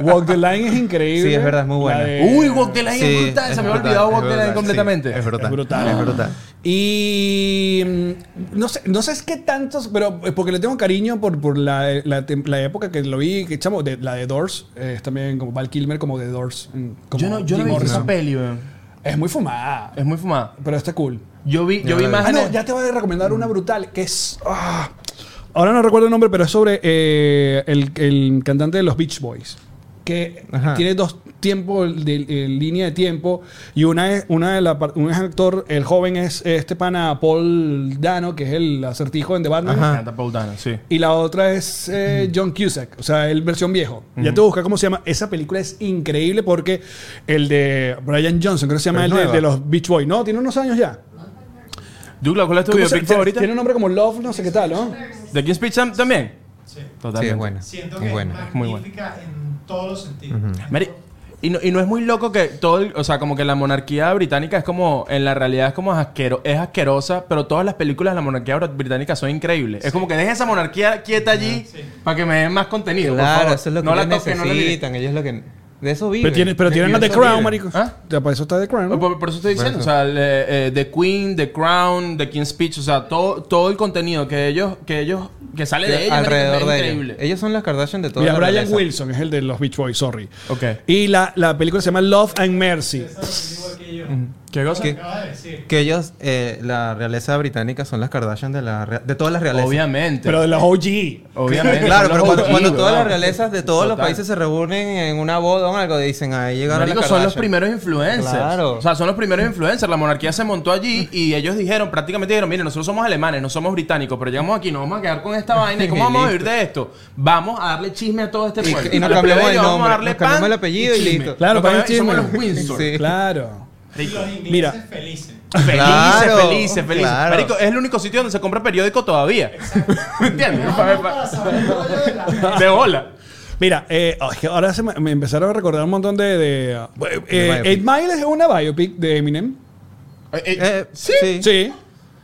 A: Walk the Line es increíble.
C: [LAUGHS] Sí, es verdad, es muy buena.
A: La de-
B: weón. Uy, Walk the Line
C: Sí,
B: es brutal.
C: es
B: Se me había
C: brutal,
B: olvidado
C: es
B: Walk the
C: brutal,
B: Line
C: sí,
B: completamente.
C: es brutal.
A: Es brutal.
C: Es brutal.
A: Y mm, no sé, no sé es qué tantos, pero eh, porque le tengo cariño por, por la, eh, la tem- la época que lo vi, que chamo, de, la de Doors, eh, es también como Val Kilmer, como de Doors. mm, como
B: Yo no, yo
A: Jim
B: no vi esa
A: Morrison.
B: peli, weón.
A: Es muy fumada, eh,
B: Es muy fumada.
A: pero está cool.
B: Yo vi, yo vi
C: la vi.
A: Ah,
B: imágenes.
A: no, ya te voy a recomendar una brutal que es. ah, ahora no recuerdo el nombre, pero es sobre eh, el, el cantante de los Beach Boys. Que
C: Ajá.
A: tiene dos tiempos de, de línea de tiempo. Y una es, una de la par- un actor, el joven es este pana Paul Dano, que es el acertijo en The Batman.
C: Ajá.
B: Canta Paul Dano, sí.
A: Y la otra es eh, John Cusack, o sea, el versión viejo. Ya te busca cómo se llama. Esa película es increíble porque el de Brian Johnson, creo que se llama el
C: Pero es
A: de, de
C: nueva.
A: los Beach Boys. No, tiene unos años ya.
B: Douglas, ¿cuál es tu
A: ¿Cómo se-
B: biopic favorita?
A: Tiene un nombre como Love, no sé qué tal, ¿no?
B: ¿The King's Speech tam- también?
D: Sí.
C: Sí,
B: Totalmente.
C: es buena.
D: Siento
C: Muy
D: que
C: buena.
D: es
B: muy buena.
D: magnífica en todos los sentidos.
B: Mari- y, no, y no es muy loco que todo, el- o sea, como que la monarquía británica es como, en la realidad es como asquero, es asquerosa, pero todas las películas de la monarquía br- británica son increíbles. Es como que dejen esa monarquía quieta allí
D: Sí.
B: para que me den más contenido. por
C: Claro,
B: favor.
C: eso es lo que
B: no la
C: ellos
B: toquen, no la
C: necesitan. ellos lo que... De eso viven.
A: Pero tienen, pero
C: De-
A: tienen
C: de
A: la The
C: eso
A: Crown,
C: viven.
A: marico.
B: ¿Ah?
A: Ya, para eso está The
C: Oh,
A: Crown. ¿no?
C: pues,
B: Por, por eso estoy diciendo,
C: eso.
B: o sea, le- eh, The Queen, The Crown, The King's Speech, o sea, todo, todo el contenido que ellos, que ellos, que sale de ellos, marico,
C: Alrededor
B: es
C: de
B: increíble.
C: ellos. Ellos son las Kardashian de toda
A: Mira,
C: la
A: Brian
C: realeza.
A: Wilson es el de los Beach Boys, sorry.
B: Ok.
A: Y la, la película se llama Love and Mercy.
D: Eso es igual que yo.
B: ¿Qué cosa?
C: ¿Qué?
D: Acabas de decir.
C: Que ellos, eh, la realeza británica son las Kardashian de, la, rea- de todas las realezas.
B: Obviamente.
A: Pero de los OG. [LAUGHS]
B: Obviamente.
C: Claro,
B: son
C: pero
B: los
C: cuando,
B: OG,
C: cuando todas
B: weón.
C: las realezas de todos los
B: Total.
C: países se reúnen en una boda o algo, dicen ahí llegaron
B: Marico,
C: las
B: son los
C: Kardashian.
B: primeros influencers.
C: Claro.
B: O sea, son los primeros influencers. La monarquía se montó allí y ellos dijeron, prácticamente dijeron, miren, nosotros somos alemanes, no somos británicos, pero llegamos aquí, nos vamos a quedar con esta vaina. ¿Y cómo
C: Y
B: vamos a
C: listo.
B: vivir de esto? Vamos a darle chisme a todo este
C: Y-
B: pueblo.
C: y nos
B: A los
C: cambiamos
B: plebeyos
C: el
B: vamos a
C: nombre,
B: darle
C: nos cambiamos
B: pan
C: el apellido y
B: chisme.
C: listo.
A: Claro,
B: Nos
A: pan y
B: cambiamos- y somos
A: chisme.
B: los Windsor.
C: Sí.
A: Claro.
D: Y los ingleses
A: Mira. [LAUGHS]
D: felices.
B: Felices,
C: Claro,
B: felices, felices.
C: claro.
B: Marico, es el único sitio donde se compra periódico todavía. ¿Me [LAUGHS] entiendes?
D: Vamos
B: Pa-
D: para
B: pa-
D: saber todo lo de
A: [LAUGHS]
D: la-
B: De bola.
A: Mira, eh, oh, es que ahora se me, me empezaron a recordar un montón de. de, uh, eh,
C: De biopic.
A: Eight Mile es una biopic de Eminem.
B: Eh, eh,
C: Eh,
B: sí.
C: sí.
A: Sí.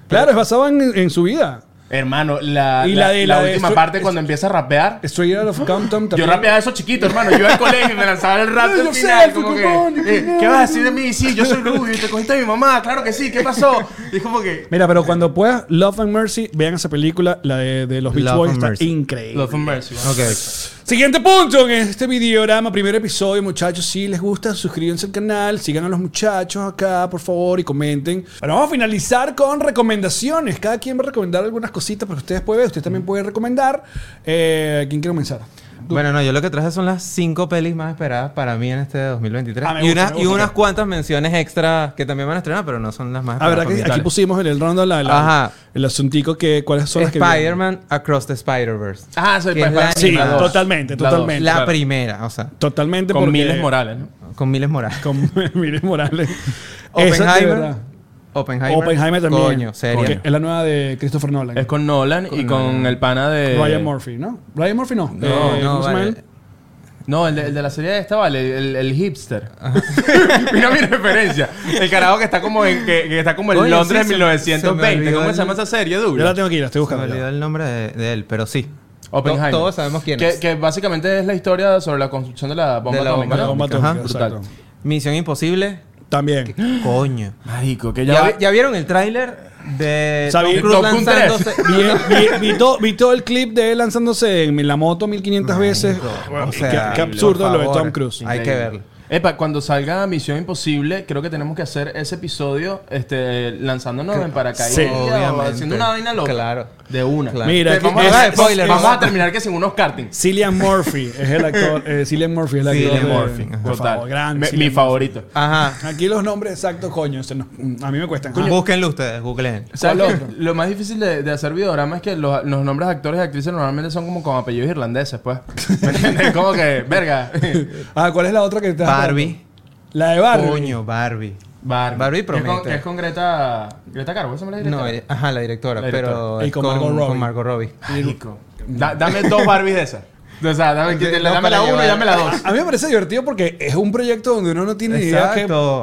A: Claro, es basado en, en su vida.
B: Hermano, la,
A: Y
B: la-
A: la de-
B: la
A: la de
B: última
A: esto-
B: parte cuando empieza a rapear.
A: Straight Out of Compton
B: Yo
A: también.
B: rapeaba eso chiquito, hermano. Yo iba al colegio y me lanzaba el rap
A: No,
B: del
A: yo sé,
B: final. como
A: fue
B: que,
A: con Bonnie, con
B: eh, ¿Qué
A: Bonnie.
B: vas a decir de mí? Sí, yo soy rubio y te cogiste a mi mamá. Claro que sí. ¿Qué pasó? Y es como que...
A: Mira, pero cuando puedas, Love and Mercy, vean esa película, la de, de los Beach
C: Love
A: Boys,
C: and
A: está
C: Mercy.
A: increíble.
B: Love and Mercy.
C: Ok.
A: Siguiente punto en este videorama, primer episodio, muchachos. Si les gusta, suscríbanse al canal, sigan a los muchachos acá, por favor, y comenten. Ahora vamos a finalizar con recomendaciones.
C: Mm.
A: Cada quien va a recomendar algunas cositas, pero ustedes pueden ver, ustedes también pueden recomendar. Eh, ¿Quién quiere comenzar?
C: Bueno, no, yo lo que traje son las cinco pelis más esperadas para mí en este 2023.
A: Ah, me
C: y
A: gusta,
C: unas-
A: me
C: y
A: gusta.
C: unas cuantas menciones extra que también van a estrenar, pero no son las más
A: Ah,
C: esperadas.
A: verdad
C: por
A: que
C: mí.
A: aquí
C: Dale.
A: pusimos en el rondo la, la-
C: Ajá.
A: el asuntico que cuáles son las que vienen?
C: Spider-Man Across the Spider-Verse.
B: Ah, soy
C: Que es la
A: Sí,
C: La dos.
A: totalmente,
B: La dos.
A: totalmente.
C: La
B: Claro.
C: primera, o sea,
A: Totalmente
B: Con
A: porque-
B: Miles Morales, ¿no?
C: con Miles
A: [LAUGHS]
C: Morales.
A: Con Miles Morales. Esa es de
C: Oppenheimer.
A: verdad.
C: Oppenheimer.
A: Oppenheimer también.
C: Coño, serio.
A: Que Es la nueva de Christopher Nolan.
B: Es con Nolan y con el pana de.
A: Ryan Murphy, ¿no? Ryan Murphy no.
C: No,
A: Eh,
C: no,
A: ¿cómo se llama
C: vale.
A: él?
B: No, el de, el de la serie esta, vale, el, el hipster. [LAUGHS] Mira mi referencia. El carajo que está como en, que, que está como en
C: Coño,
B: Londres
C: sí, se-
B: en 1920.
C: se me
B: ¿Cómo
C: olvidó
B: se llama
C: el-
B: esa serie,
A: Yo la
B: Douglas?
A: tengo aquí, la estoy
C: Se me
A: buscando.
C: olvidó
A: ya.
C: el nombre de, de él, pero sí.
B: Oppenheimer.
C: To- todos sabemos quién
B: que,
C: es.
B: que básicamente es la historia sobre la construcción de la bomba
C: De la
B: atómica.
A: La
B: ¿no?
A: bomba
C: Ajá,
A: atómica,
B: brutal.
A: exacto.
C: Misión Imposible.
A: También.
C: Coño.
B: Marico, que ya.
C: ¿Ya,
B: va-
C: vi- ya vieron el tráiler de
A: Sabía-
C: Tom Cruise
B: Top Gun
C: lanzándose?
A: [LAUGHS] Vi, vi- vi todo, vi todo el clip de él lanzándose en la moto 1500 veces.
C: O
A: Qué-
C: sea,
A: qué,
C: por
A: absurdo lo de Tom
C: favor,
A: Cruise.
C: Hay que verlo.
B: Epa, cuando salga Misión Imposible, creo que tenemos que hacer ese episodio este, lanzándonos en paracaídas.
A: Sí.
B: o
C: Obviamente.
B: haciendo una vaina loca.
C: Claro.
B: De una.
C: Claro.
A: Mira,
B: Pero
A: aquí-
B: vamos,
A: es-
B: a,
C: es- spoiler,
B: vamos
C: vamos.
B: a terminar que sin unos kartings.
A: Cillian Murphy es el actor. eh, Cillian Murphy es el actor.
C: Cillian
A: de-
C: Murphy,
A: por
B: Total.
A: favor, gran
B: Mi- mi
A: Cillian
B: favorito.
C: Ajá.
A: Murphy. Aquí los nombres exactos, coño. se nos- a mí me cuestan. Ah.
C: Búsquenlo ustedes, googleen.
B: O sea, lo, lo más difícil de, de hacer videorama es que los, los nombres de actores y actrices normalmente son como con apellidos irlandeses, pues. ¿Me entiendes? como que, verga.
A: Ah, ¿cuál es la otra que te
C: Barbie.
A: La de Barbie.
C: Coño, Barbie.
B: Barbie.
C: Barbie
B: Que es con,
C: promete.
B: que es con Greta... Greta Carbo, ¿esa me la dijiste?
C: No, eh, ajá, la directora,
B: La directora.
C: pero
A: Y
C: es
A: con Margot Robbie.
C: con Margot Robbie.
B: Marico. Da- dame dos Barbies de esas. O sea, dame,
C: De-
B: dame
C: no,
B: la
C: para
B: uno y
C: llevar.
B: dame la dos.
C: [LAUGHS]
A: A mí me parece divertido porque es un proyecto donde uno no tiene
C: Exacto.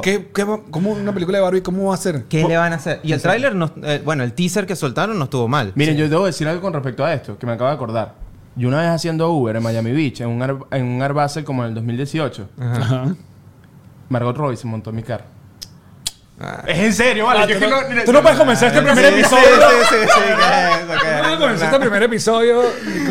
A: idea que, que- que va- cómo una película de Barbie cómo va a ser.
C: ¿Qué le van a hacer? Y el tráiler, no- eh, bueno, el teaser que soltaron no estuvo mal.
B: Miren, yo debo decir algo con respecto a esto, que me acabo de acordar. Yo una vez haciendo Uber en Miami Beach, en un, ar- en un Arbacer como en el 2018,
C: Ajá.
A: Ajá.
B: Margot Robbie se montó en mi carro.
C: Ah.
B: Es en serio, vale. yo es que no-
A: Tú no puedes comenzar este primer
C: Sí,
A: episodio.
C: sí, sí, sí, que eso,
A: Tú
C: que
A: no puedes
C: eso,
A: comenzar este primer episodio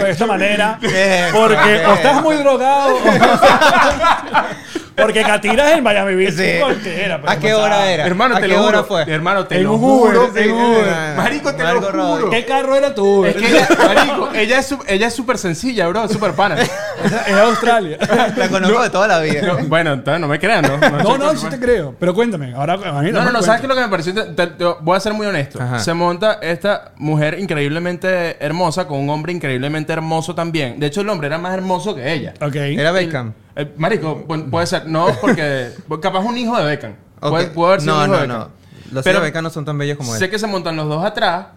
A: de esta manera.
C: ¿Qué es eso?
A: Porque
C: ¿Qué
A: o
C: es
A: estás
C: eso?
A: muy drogado. o- [LAUGHS] porque Catira es en Miami Beach.
C: Sí.
A: Cualquiera, pero
C: ¿A qué
A: no
C: hora
A: sabe.
C: era?
B: Hermano,
C: ¿A
B: te
C: qué
B: lo
C: hora
B: juro.
C: fue?
B: Hermano, te
A: En
B: lo
A: un
B: juro.
A: Uber, en un Uber.
B: Marico, te lo
C: Margot
B: juro.
C: Robbie.
A: ¿Qué carro era tú?
B: Es que ella, marico, ella es su- ella es súper sencilla, bro. Es súper pana.
A: Es Australia.
C: La conozco de toda la vida.
B: No, bueno, entonces no me crean, ¿no?
A: No, no, sí te creo. Pero cuéntame. Ahora, pues a mí
B: No,
A: me
B: no, no,
A: cuenta.
B: ¿sabes qué es lo que me pareció? Te- te- te- voy a ser muy honesto.
C: Ajá.
B: Se monta esta mujer increíblemente hermosa con un hombre increíblemente hermoso también. De hecho, el hombre era más hermoso que ella.
A: Ok.
C: Era Beckham.
B: Eh, marico, pu- puede ser, no, porque [LAUGHS] porque capaz un hijo de Beckham.
C: Ok.
B: Puede, puede haber sido un
C: No,
B: hijo de
C: no,
B: Beckham.
C: no. Los
B: Pero-
C: Pero, no son tan bellos como este.
B: sé
C: él.
B: que se montan los dos atrás.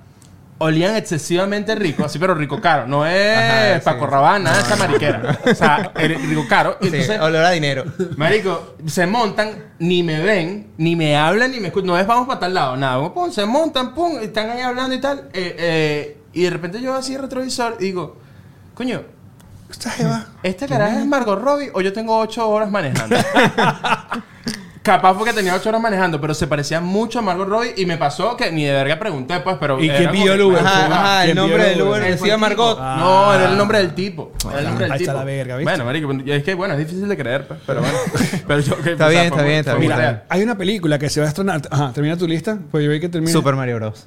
B: Olían excesivamente rico, así, pero rico caro. No es
C: Ajá, sí,
B: Paco
C: sí.
B: Rabanne, nada de esa mariquera. O sea, er- rico caro. Y
C: Sí,
B: [LAUGHS] entonces,
C: olor a dinero.
B: Marico, se montan, ni me ven, ni me hablan, ni me escuchan. No es vamos para tal lado, nada. Vamos, pum, se montan, pum, están ahí hablando y tal. Eh, eh, y de repente yo así retrovisor y digo, coño,
A: Esta jeva.
B: ¿esta caraja ¿Este es Margot Robbie o yo tengo ocho
A: [LAUGHS]
B: horas manejando? Capaz porque tenía ocho horas manejando, pero se parecía mucho a Margot Robbie y me pasó que ni de verga pregunté, pues, pero.
A: ¿Y
B: era
A: quién
B: como
A: pidió
B: que-
A: el Uber?
C: Ajá,
A: Fue-
C: ajá,
A: ¿quién
C: el nombre
A: vio
C: del Uber
B: Él fue
C: decía
B: el Ah, tipo.
C: Margot.
B: No, era el nombre del tipo. Era el nombre del
A: Ahí está
B: tipo.
A: la verga, ¿viste?
B: Bueno, marico, y es que bueno, es difícil de creer, pues,
A: [LAUGHS]
B: pero bueno. [LAUGHS] Pero yo, que,
C: Está bien, está
B: fue
C: bien,
B: muy-
C: está
B: fue muy
C: bien.
B: real.
A: Mira, hay una película que se va a estrenar. Ajá, termina tu lista. Pues yo vi que termina.
C: Super Mario Bros.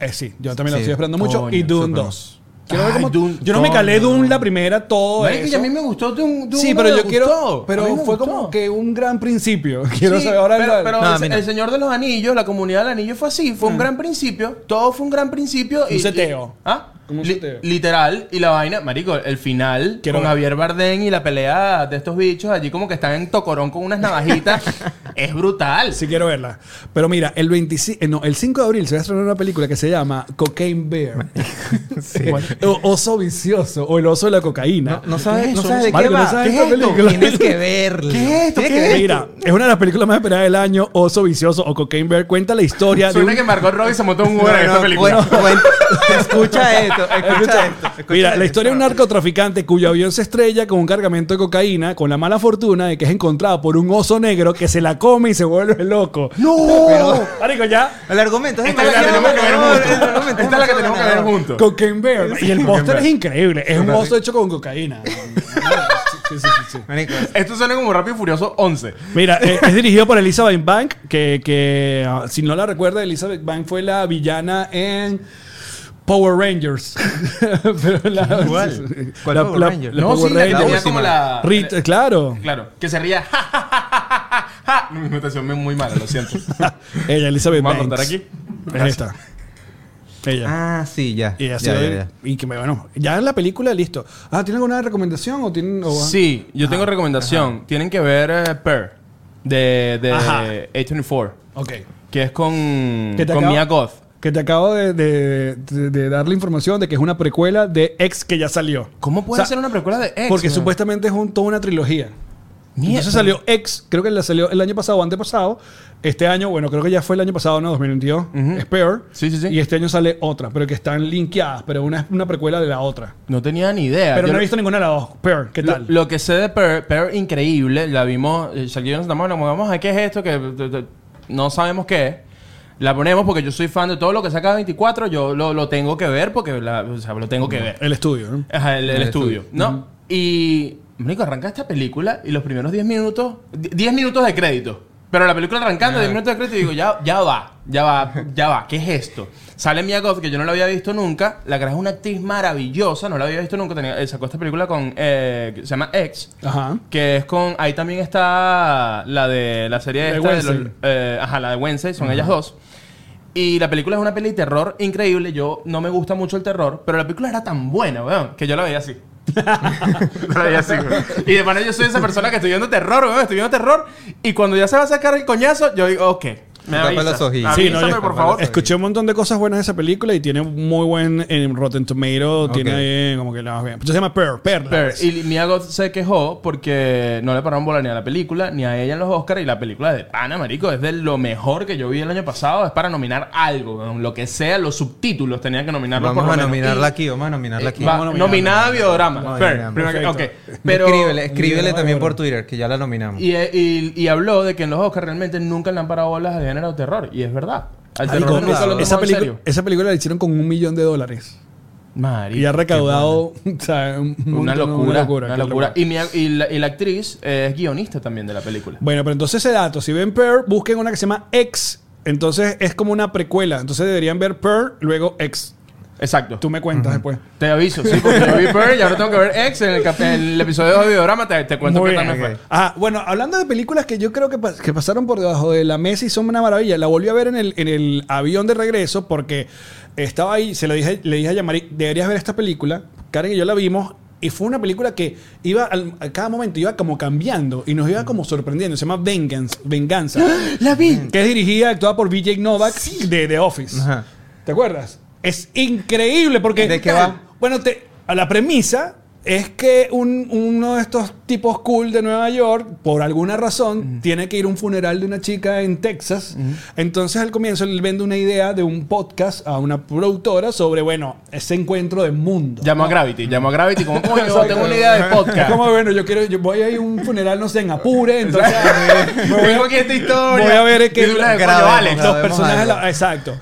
A: Eh, sí, yo también la
C: Sí.
A: estoy esperando mucho.
B: Coño,
A: y Dune
B: Super
A: 2. Quiero ver
B: Ay,
A: cómo-
B: Dune,
A: yo no me calé
B: coño.
A: Dune la primera, todo
B: Marico, y
A: eso.
B: a mí me gustó de un. de un-
A: sí,
B: uno
A: pero
B: me
A: yo quiero.
B: gustó. A mí
A: Pero
B: me
A: fue
B: gustó.
A: como que un gran principio. [LAUGHS] Quiero
B: Sí,
A: saber ahora.
B: pero,
A: la-
B: pero
C: No, a
B: el,
C: mí no.
B: el Señor de los Anillos, la comunidad del anillo fue así, fue un gran principio, todo fue un gran principio.
A: Un seteo.
B: ¿Ah?
A: Como un
B: Li-
A: seteo.
B: literal, y la vaina, marico, el final
A: Quiero
B: con
A: ver.
B: Javier Bardem y la pelea de estos bichos allí como que están en tocorón con
A: [LAUGHS]
B: unas navajitas, es brutal.
A: Sí, quiero verla. Pero mira, el 25, eh, no, el 5 de abril se va a estrenar una película que se llama Cocaine Bear. [LAUGHS]
B: [LAUGHS]
A: O- oso vicioso o el oso de la cocaína.
C: No sabes, no
A: eso?
C: sabes de qué
A: Marico, no
C: va.
A: sabes
C: ¿Qué
A: esta
C: es esto?
A: película.
C: Tienes que verlo.
A: ¿Qué es esto?
C: Tienes que ver-
A: Mira, es una de las películas más esperadas del año, Oso Vicioso o Cocaine Bear. Cuenta la historia de
B: Suena
A: un-
B: que Margot Robbie se montó un Uber en
C: No,
B: esta
C: no,
B: película.
C: bueno, bueno, escucha esto, escucha, esto. escucha
A: Mira,
C: esto.
A: la historia de un narcotraficante cuyo avión se estrella con un cargamento de cocaína con la mala fortuna de que es encontrado por un oso negro que se la come y se vuelve loco.
B: ¡No!
A: Marico, ya,
C: El argumento es
B: Esta es la que
C: demasiado
B: tenemos que ver
C: ganador, el
B: juntos.
C: argumento
B: Esta es la que tenemos que ver
C: demasiado
B: juntos.
A: Cocaine Bear. Y el póster es increíble. Es un
C: Marico.
A: oso hecho con cocaína. [LAUGHS] Sí, sí, sí, sí.
C: ganador. Marico,
B: Esto suena como Rápido y Furioso 11.
A: Mira, eh, es dirigido por Elizabeth Bank, que, que, ah, si no la recuerda, Elizabeth Bank fue la villana en Power Rangers. [LAUGHS] Pero la-
C: Igual. ¿Cuál Power Ranger?
A: la
B: No,
A: Power
B: sí, la que
A: Ranger.
B: tenía como la-
A: Rit-
C: [LAUGHS]
A: claro.
B: Claro, que se ría. [LAUGHS] Ja, ja, ja, ja, ja, ja. No, Mi imitación es muy mala,
A: [LAUGHS]
B: lo siento.
A: Ella, Elizabeth
B: Vamos a
A: Banks.
B: contar aquí.
A: Ahí está. Ella.
C: Ah, sí, ya.
A: Y, así
C: Ya,
A: doy-
C: ya, ya.
A: y que me- bueno, ya en la película, listo. Ah, ¿tiene alguna recomendación o tienen o-
B: Sí, yo tengo recomendación. Tienen que ver eh, Per de, de
A: Ajá.
B: A24,
A: Ok.
B: que es con,
A: ¿Qué te
B: con
A: acabo-
B: Mia Goth.
A: Que te acabo de, de, de- de dar la información de que es una precuela de Ex que ya salió.
B: ¿Cómo puede
A: O sea,
B: ser una precuela de X?
A: Porque
B: man?
A: supuestamente es un- toda una trilogía.
B: Mierda.
A: Entonces salió Ex, creo que la salió el año pasado o antepasado. Este año, bueno, creo que ya fue el año pasado, ¿no? 2022.
B: Ujú.
A: Es peor.
B: Sí, sí, sí.
A: Y este año sale otra, pero que están linkeadas, pero una es una precuela de la otra.
B: No tenía ni idea.
A: Pero
B: Yo
A: no he
B: lo-
A: visto ninguna de las dos. Peor, ¿qué
B: lo-
A: tal?
B: Lo, que sé de Per, Per increíble, la vimos, eh, Shakira nos llamó, como, vamos a ver qué es esto, que de- de- no sabemos qué es. La ponemos porque yo soy fan de todo lo que saca 24, yo lo, lo tengo que ver porque la- o sea, lo tengo que ver.
A: el estudio, ¿no?
B: Ajá, el, el
C: El
B: estudio, ¿no? Y, marico, arranca esta película y los primeros 10 minutos, di- 10 minutos de crédito. Pero la película arrancando, 10 minutos de crédito, y digo, ya, ya va, ya va, ya va, ¿qué es esto? Sale Mia Goth, que yo no la había visto nunca. La cara es una actriz maravillosa, no la había visto nunca. Tenía, eh, sacó esta película con, eh, que se llama X,
A: Ajá.
B: que es con, ahí también está la de la serie
A: De
B: esta de los-
A: Wednesday.
B: eh, ajá, la de Wednesday, son ellas dos. Y la película es una peli de terror increíble. Yo no me gusta mucho el terror, pero la película era tan buena, weón, que yo la
A: [LAUGHS]
B: veía así. [LAUGHS] la veía así, weón. Y de manera yo soy esa persona que estoy viendo terror, weón, estoy viendo terror. Y cuando ya se va a sacar el coñazo, yo digo, ok. Me
C: Tapa
B: avisa,
C: los ojillos.
A: Sí, no,
B: avísame,
A: yo-
B: por favor.
A: Escuché un montón de cosas buenas de esa película y tiene muy buen en Rotten Tomato,
C: Ok.
A: tiene ahí eh, como que la más bien. Entonces se llama Pearl, Perla.
B: Pero,
A: pues.
B: y Mia Goth se quejó porque no le pararon bola ni a la película, ni a ella en los Oscars. Y la película de Pana, marico, es de lo mejor que yo vi el año pasado. Es para nominar algo, weón, lo que sea, los subtítulos tenían que nominarlos
C: Vamos
B: por
C: a
B: lo menos.
C: nominarla aquí, vamos a nominarla aquí.
B: Va-
A: Vamos a nominarla.
B: nominada a biodrama.
C: Vamos a
B: Fair.
C: nominarla.
B: Primero que-
A: Perfecto.
B: ok. Pero,
C: escríbele, escríbele
A: Mira,
C: también
A: bueno.
C: por Twitter, que ya la nominamos.
B: Y, y- y habló de que en los Oscars realmente nunca le han parado bolas al género terror. Y es verdad. Al
A: Marico,
B: terror nunca lo han
A: esa,
B: tomado en
A: película,
B: serio.
A: esa película la hicieron con un millón de dólares.
B: Marico,
A: Y ha recaudado [LAUGHS] o sea, un
B: Una
A: montón,
B: locura, una locura.
A: qué
B: Y, Mia- y la, y la actriz eh, es guionista también de la película.
A: Bueno, pero entonces ese dato, si ven Pearl, busquen una que se llama X. Entonces es como una precuela. Entonces deberían ver Pearl, luego X.
B: Exacto.
A: Tú me cuentas después.
B: Te aviso, sí, porque yo vi Pearl y ahora tengo que ver X en el, cap- en el episodio de videorama. Te, te cuento
A: Muy
B: qué tal
A: bien,
B: me
A: ok.
B: fue.
A: Ah, bueno, hablando de películas que yo creo que, pas- que pasaron por debajo de la mesa y son una maravilla. La volví a ver en el, en el avión de regreso porque estaba ahí, se lo dije, le dije a Yamari, deberías ver esta película. Karen y yo la vimos. Y fue una película que iba al- a cada momento iba como cambiando y nos iba como sorprendiendo. Se llama Vengeance, Venganza.
B: La vi.
A: que es dirigida, actuada por VJ Novak de The Office.
C: Ajá.
A: ¿Te acuerdas? Es increíble porque...
C: ¿De qué va?
A: Bueno, te, a la premisa es que un- uno de estos tipos cool de Nueva York, por alguna razón, tiene que ir a un funeral de una chica en Texas. Entonces al comienzo él vende una idea de un podcast a una productora sobre, bueno, ese encuentro de mundo.
B: Llamó a Gravity, llamó a Gravity. Como, coño, tengo una idea de
A: Es
B: podcast. [LAUGHS]
A: como, bueno, yo quiero, yo voy a ir a un funeral, no sé, en Apure, entonces me voy a-
B: Tengo aquí esta historia.
A: voy a ver es que-
B: Y tú la de, coño,
C: Grabemos,
B: Alex,
C: grabemos.
A: los personajes.
C: algo.
A: la- exacto.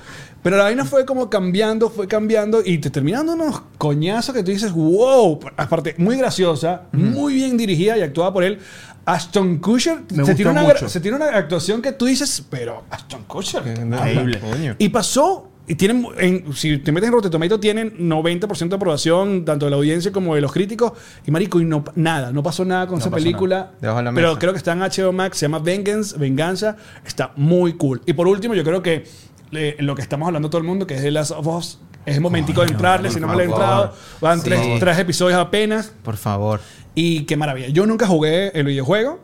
A: Pero la vaina fue como cambiando, fue cambiando y te terminando unos coñazos que tú dices, wow. Aparte, muy graciosa, muy bien dirigida y actuada por él. Ashton Kutcher
B: Me
A: se
B: gusta
A: tiene, una,
B: mucho.
A: se tiene una actuación que tú dices, pero Ashton Kutcher.
B: Increíble.
C: Coño.
A: Y pasó. Y tienen, en- si te metes en Rotten Tomato, tienen 90% de aprobación, tanto de la audiencia como de los críticos. Y marico, y no, pa- nada, no pasó nada con esa
B: pasó
A: película.
C: nada. Debajo de la
A: pero
C: mesa.
A: creo que está en HBO Max, se llama Vengeance, Venganza. Está muy cool. Y por último, yo creo que eh, lo que estamos hablando todo el mundo, que es The Last of Us, es el momentico de entrarle.
C: por
A: Si no me lo he
C: favor.
A: entrado, van
C: Sí.
A: tres, tres episodios apenas.
C: Por favor.
A: Y qué maravilla. Yo nunca jugué el videojuego,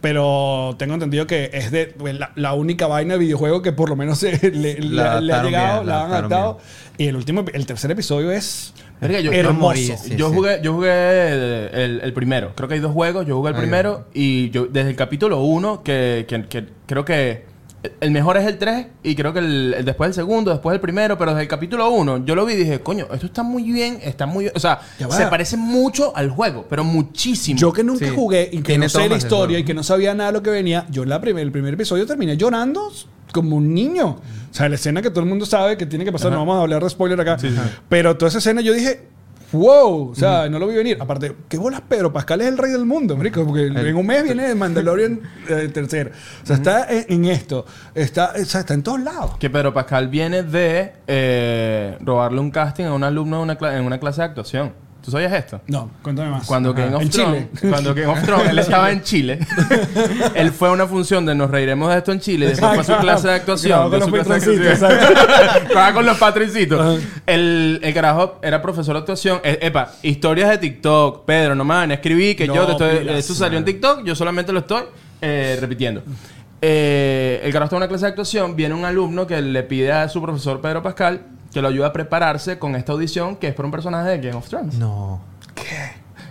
A: pero tengo entendido que es de pues, la, la única vaina de videojuego que por lo menos [LAUGHS] eh, le, le-
C: La
A: le ha
C: adaptaron
A: llegado,
C: bien,
A: la
C: la
A: han
C: adaptaron
A: adaptado. Y el último, el tercer episodio es
B: Verga, yo,
A: hermoso.
C: morí, sí.
B: yo jugué, yo jugué el, el- el primero. Creo que hay dos juegos. Yo jugué el
C: Ah, ya.
B: primero y yo desde el capítulo 1, que, que- que creo que el mejor es el 3 y creo que el, el después el segundo, después el primero, pero desde el capítulo 1 yo lo vi y dije, coño, esto está muy bien, está muy bien. O sea,
A: Ya va.
B: se parece mucho al juego, pero muchísimo.
A: Yo que nunca
C: Sí.
A: jugué y que
C: Tiene
A: no sé la
C: tomas de
A: historia
C: juego.
A: y que no sabía nada de lo que venía, yo en la primer, el primer episodio terminé llorando como un niño. O sea, la escena que todo el mundo sabe que tiene que pasar, no vamos a hablar de spoiler acá, pero toda esa escena yo dije, wow, o sea, no lo vi venir. Aparte, qué bolas Pedro Pascal es el rey del mundo, marico, porque en un mes viene de Mandalorian eh, tercero. O sea, está en, en esto, está, o sea, está en todos lados.
B: Que Pedro Pascal viene de eh, robarle un casting a un alumno de una cla- en una clase de actuación. ¿Tú sabías esto?
A: No, cuéntame más.
B: Cuando Game of
A: en
B: Thrones,
A: Chile.
B: cuando Game of Thrones, él estaba
A: [LAUGHS]
B: en Chile. él fue a una función de Nos reiremos de esto en Chile. y Después fue a su clase de
A: Grabó
B: actuación.
A: con
B: de su
A: los
B: clase de
A: patroncitos,
B: [LAUGHS] actuación. Grababa con los patricitos. El, el carajo era profesor de actuación. E- Epa, historias de TikTok. Pedro, no me escribí que
A: No,
B: yo te estoy.
A: pilas,
B: Eso salió en TikTok, yo solamente lo estoy eh, repitiendo. Eh, el carajo está en una clase de actuación. Viene un alumno que le pide a su profesor Pedro Pascal que lo ayude a prepararse con esta audición que es para un personaje de Game of Thrones.
C: No.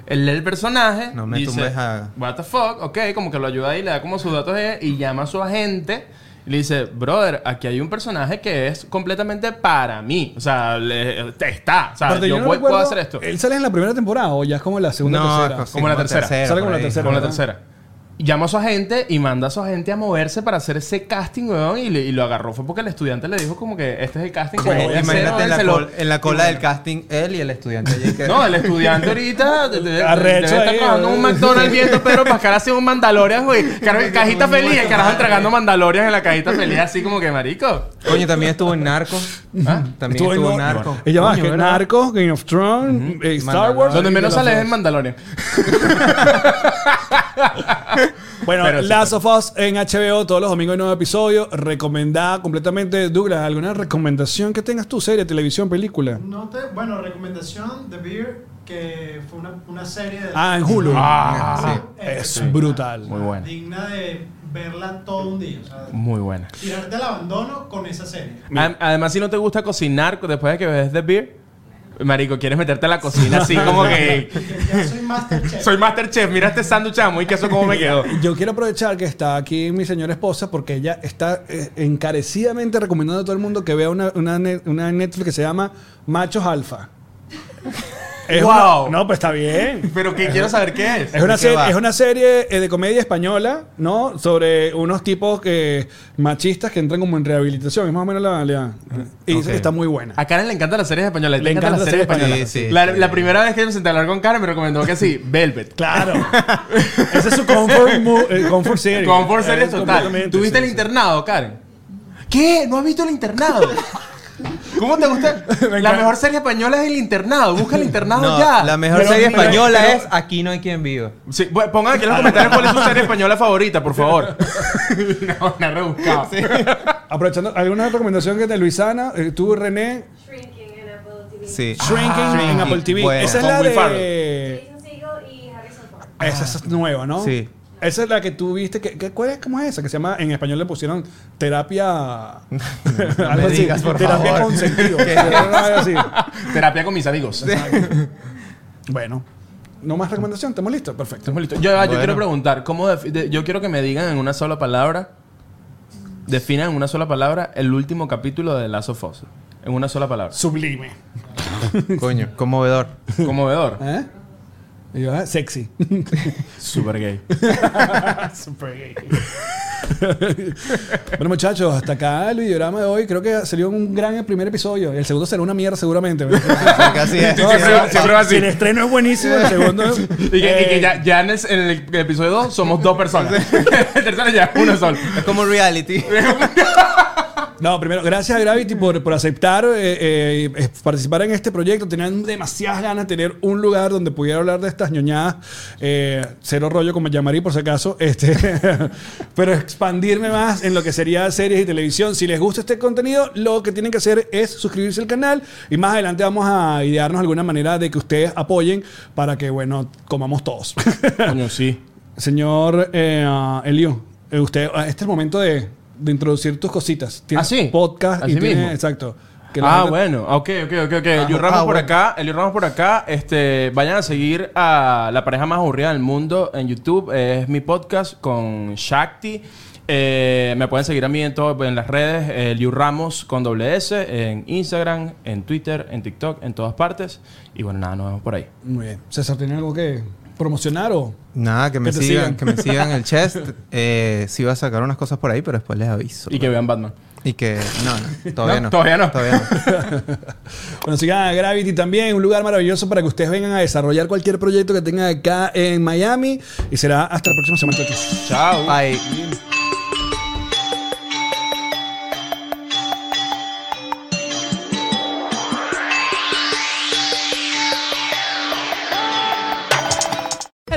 B: Él lee el personaje.
C: No me
B: dice,
C: tumbes a-
B: What the fuck, ok, como que lo ayuda ahí, le da como sus datos ahí, y llama a su agente. Y le dice, brother, aquí hay un personaje que es completamente para mí. O sea, le- te está. O sea,
A: Aparte,
B: yo,
A: no
B: voy- puedo
A: recuerdo,
B: hacer esto.
A: ¿Él sale en la primera temporada o ya es como la segunda
C: No,
A: tercera?
C: es
B: Como la tercera.
A: Sale como
C: por
A: la
C: ahí.
A: tercera.
B: Con la
A: ¿verdad?
B: tercera. Llamó a su agente y manda a su agente a moverse para hacer ese casting, weón. Y, le- y lo agarró. Fue porque el estudiante le dijo como que este es el casting. que
C: Como,
B: voy a hacer,
C: imagínate en
B: él
C: la,
B: se lo-
C: col- en la cola del casting, él y el estudiante allí que-
B: No, el estudiante ahorita de- de- de- debe
A: Arrecho
B: estar
A: ahí,
B: trabajando en un
A: ¿verdad? [LAUGHS]
B: McDonald's viendo Pedro Pascal haciendo un Mandalorian, güey. Car- Cajita feliz, el carajo entregando Mandalorian en la cajita feliz, así como que marico.
C: [LAUGHS] Coño, también estuvo en Narcos.
B: ¿Ah?
C: También estuvo, en
A: no-
C: Narcos.
A: Ella va,
C: Coño,
A: que
C: ¿verdad?
A: Narcos, Game of Thrones, eh, Star
C: Mandalorian.
A: Wars.
B: Donde
A: y
B: menos
A: The Last
B: sale es
A: of
B: en Mandalorian.
A: Us. Bueno,
B: Pero sí,
A: Last of Us en HBO todos los domingos hay nuevo episodio. Recomendada completamente. Douglas, ¿alguna recomendación que tengas tú? Serie, televisión, película.
D: No te, bueno, recomendación de Beer, que fue una, una serie de...
A: Ah, en Hulu.
B: Ah,
A: es
D: espectacular,
A: brutal.
B: Muy buena.
D: Digna de verla todo un día. O sea,
B: Muy buena.
D: tirarte al abandono con esa serie.
B: Ad- Además, si no te gusta cocinar después de que ves The Beer, marico, quieres meterte a la cocina así como que.
D: Que ya soy
B: [LAUGHS]
D: Masterchef.
B: Soy Masterchef, mira este sándwich amo y queso cómo me quedó.
A: Yo quiero aprovechar que está aquí mi señora esposa porque ella está eh, encarecidamente recomendando a todo el mundo que vea una, una, ne- una Netflix que se llama Machos Alfa. Es
B: Wow.
A: una- no, pues está bien.
B: Pero que quiero saber qué es.
A: Es una,
C: ¿De qué
A: serie,
C: va?
A: es una serie eh, de comedia española, ¿no? Sobre unos tipos que machistas que entran como en rehabilitación. Es más o menos la realidad. Y
B: Ok.
A: está muy buena.
B: A Karen le encantan las series españolas.
A: Le
B: Le encantan las
A: encantan
B: series
A: las series
B: españolas.
C: españolas.
B: la,
C: Sí, sí.
B: la primera vez que me senté a hablar con Karen me recomendó que sí, Velvet.
A: Claro. [LAUGHS] Ese es su comfort, mu- eh, comfort series.
B: Con por series
A: Eh,
B: total.
A: completamente,
B: ¿Tuviste
A: sí,
B: el
A: sí.
B: internado, Karen? ¿Qué? ¿No has visto el
A: [LAUGHS]
B: internado? ¿Cómo te gusta? la mejor serie española es el internado. Busca el internado
C: No,
B: ya.
C: la mejor
A: Pero-
C: serie Ah.
A: pero-
C: española
A: pero-
C: es Aquí no hay quien viva.
B: Sí, bueno, pongan aquí en los comentarios cuál es su serie española favorita, por
C: [LAUGHS]
B: favor. [LAUGHS] no, una rebuscada.
A: Aprovechando, ¿alguna recomendación que te Luisana? Eh, tú, René,
E: Shrinking en Apple TV.
C: Sí.
A: Shrinking en
B: Ah,
C: Shrinking.
A: Apple TV.
C: Ah, Bueno.
A: Esa es
B: Con
A: la
B: Will
A: de.
E: Jason Segel y Harrison Ford.
A: Ah, Esa es nueva, ¿no?
C: Sí.
A: Esa es la que tú viste. Que, que- ¿cuál es, ¿Cómo es esa? Que se llama. En español le pusieron
B: [LAUGHS]
A: terapia. [LAUGHS]
C: me
A: algo así.
C: digas, por
A: terapia
C: favor.
A: con
B: [LAUGHS]
A: sentido.
C: ¿Qué?
A: Algo así.
B: Terapia con mis amigos.
A: Bueno, no más recomendación. ¿Estamos listos? Perfecto.
B: Estamos listos. Yo, ah, yo
C: Bueno.
B: quiero preguntar, ¿cómo defi- de- yo quiero que me digan en una sola palabra, definan en una sola palabra el último capítulo de Lazo Foss. En una sola
C: [LAUGHS]
B: palabra.
A: Sublime.
C: Coño, conmovedor.
B: Conmovedor.
A: ¿Eh? Y yo, ah,
B: [LAUGHS]
A: Sexy. [LAUGHS]
B: Super gay.
A: Super gay. bueno, muchachos, hasta acá el videorama de hoy. Creo que salió un gran primer episodio. El segundo será una mierda,
B: [LAUGHS]
A: seguramente.
C: Casi es.
A: No,
B: Sí, siempre
A: o sea,
B: va- siempre va así.
A: Si el estreno es buenísimo, el segundo.
B: [LAUGHS] Y que, y que
A: eh,
B: ya, ya en, el, en el episodio 2 somos dos personas. [LAUGHS] En el tercero ya es uno solo.
C: Es como reality.
A: No, primero, gracias a Gravity por, por aceptar eh, eh, eh, participar en este proyecto. Tenían demasiadas ganas de tener un lugar donde pudiera hablar de estas ñoñadas. eh, cero rollo como llamarí, por si acaso. [LAUGHS] Este, pero expandirme más en lo que sería series y televisión. Si les gusta este contenido, lo que tienen que hacer es suscribirse al canal. Y más adelante vamos a idearnos alguna manera de que ustedes apoyen para que, bueno, comamos todos. [LAUGHS]
B: Coño, sí.
A: Señor eh, ah, Elio, eh, usted, ah, este es el momento de, de introducir tus cositas. Tiene
B: ¿Ah, sí?
A: podcast y
B: ¿Así
A: tiene-
B: mismo?
A: exacto. Que la
B: Ah,
A: gente-
B: bueno. Ok, ok, ok. ok. Elio
C: ah,
B: Ramos por
C: bueno.
B: acá. Elio Ramos por acá. Este, vayan a seguir a la pareja más aburrida del mundo en YouTube. Eh, Es mi podcast con Shakti. Eh, me pueden seguir a mí en, todo, en las redes. eh, Elio Ramos con doble S. En Instagram, en Twitter, en TikTok, en todas partes. Y bueno, nada, nos vemos por ahí.
A: Muy bien. César, ¿tiene algo que promocionar o...?
C: Nada, que me
A: Que te
C: sigan,
A: sigan.
C: que me sigan el chest. Eh, sí voy a sacar unas cosas por ahí, pero después les aviso.
B: Y que vean Batman.
C: Y que. No, no. Todavía no.
B: No, todavía no.
A: Bueno, sigan a Gravity también, un lugar maravilloso para que ustedes vengan a desarrollar cualquier proyecto que tengan acá en Miami. Y será hasta la próxima semana. chicos.
C: Chao. Bye.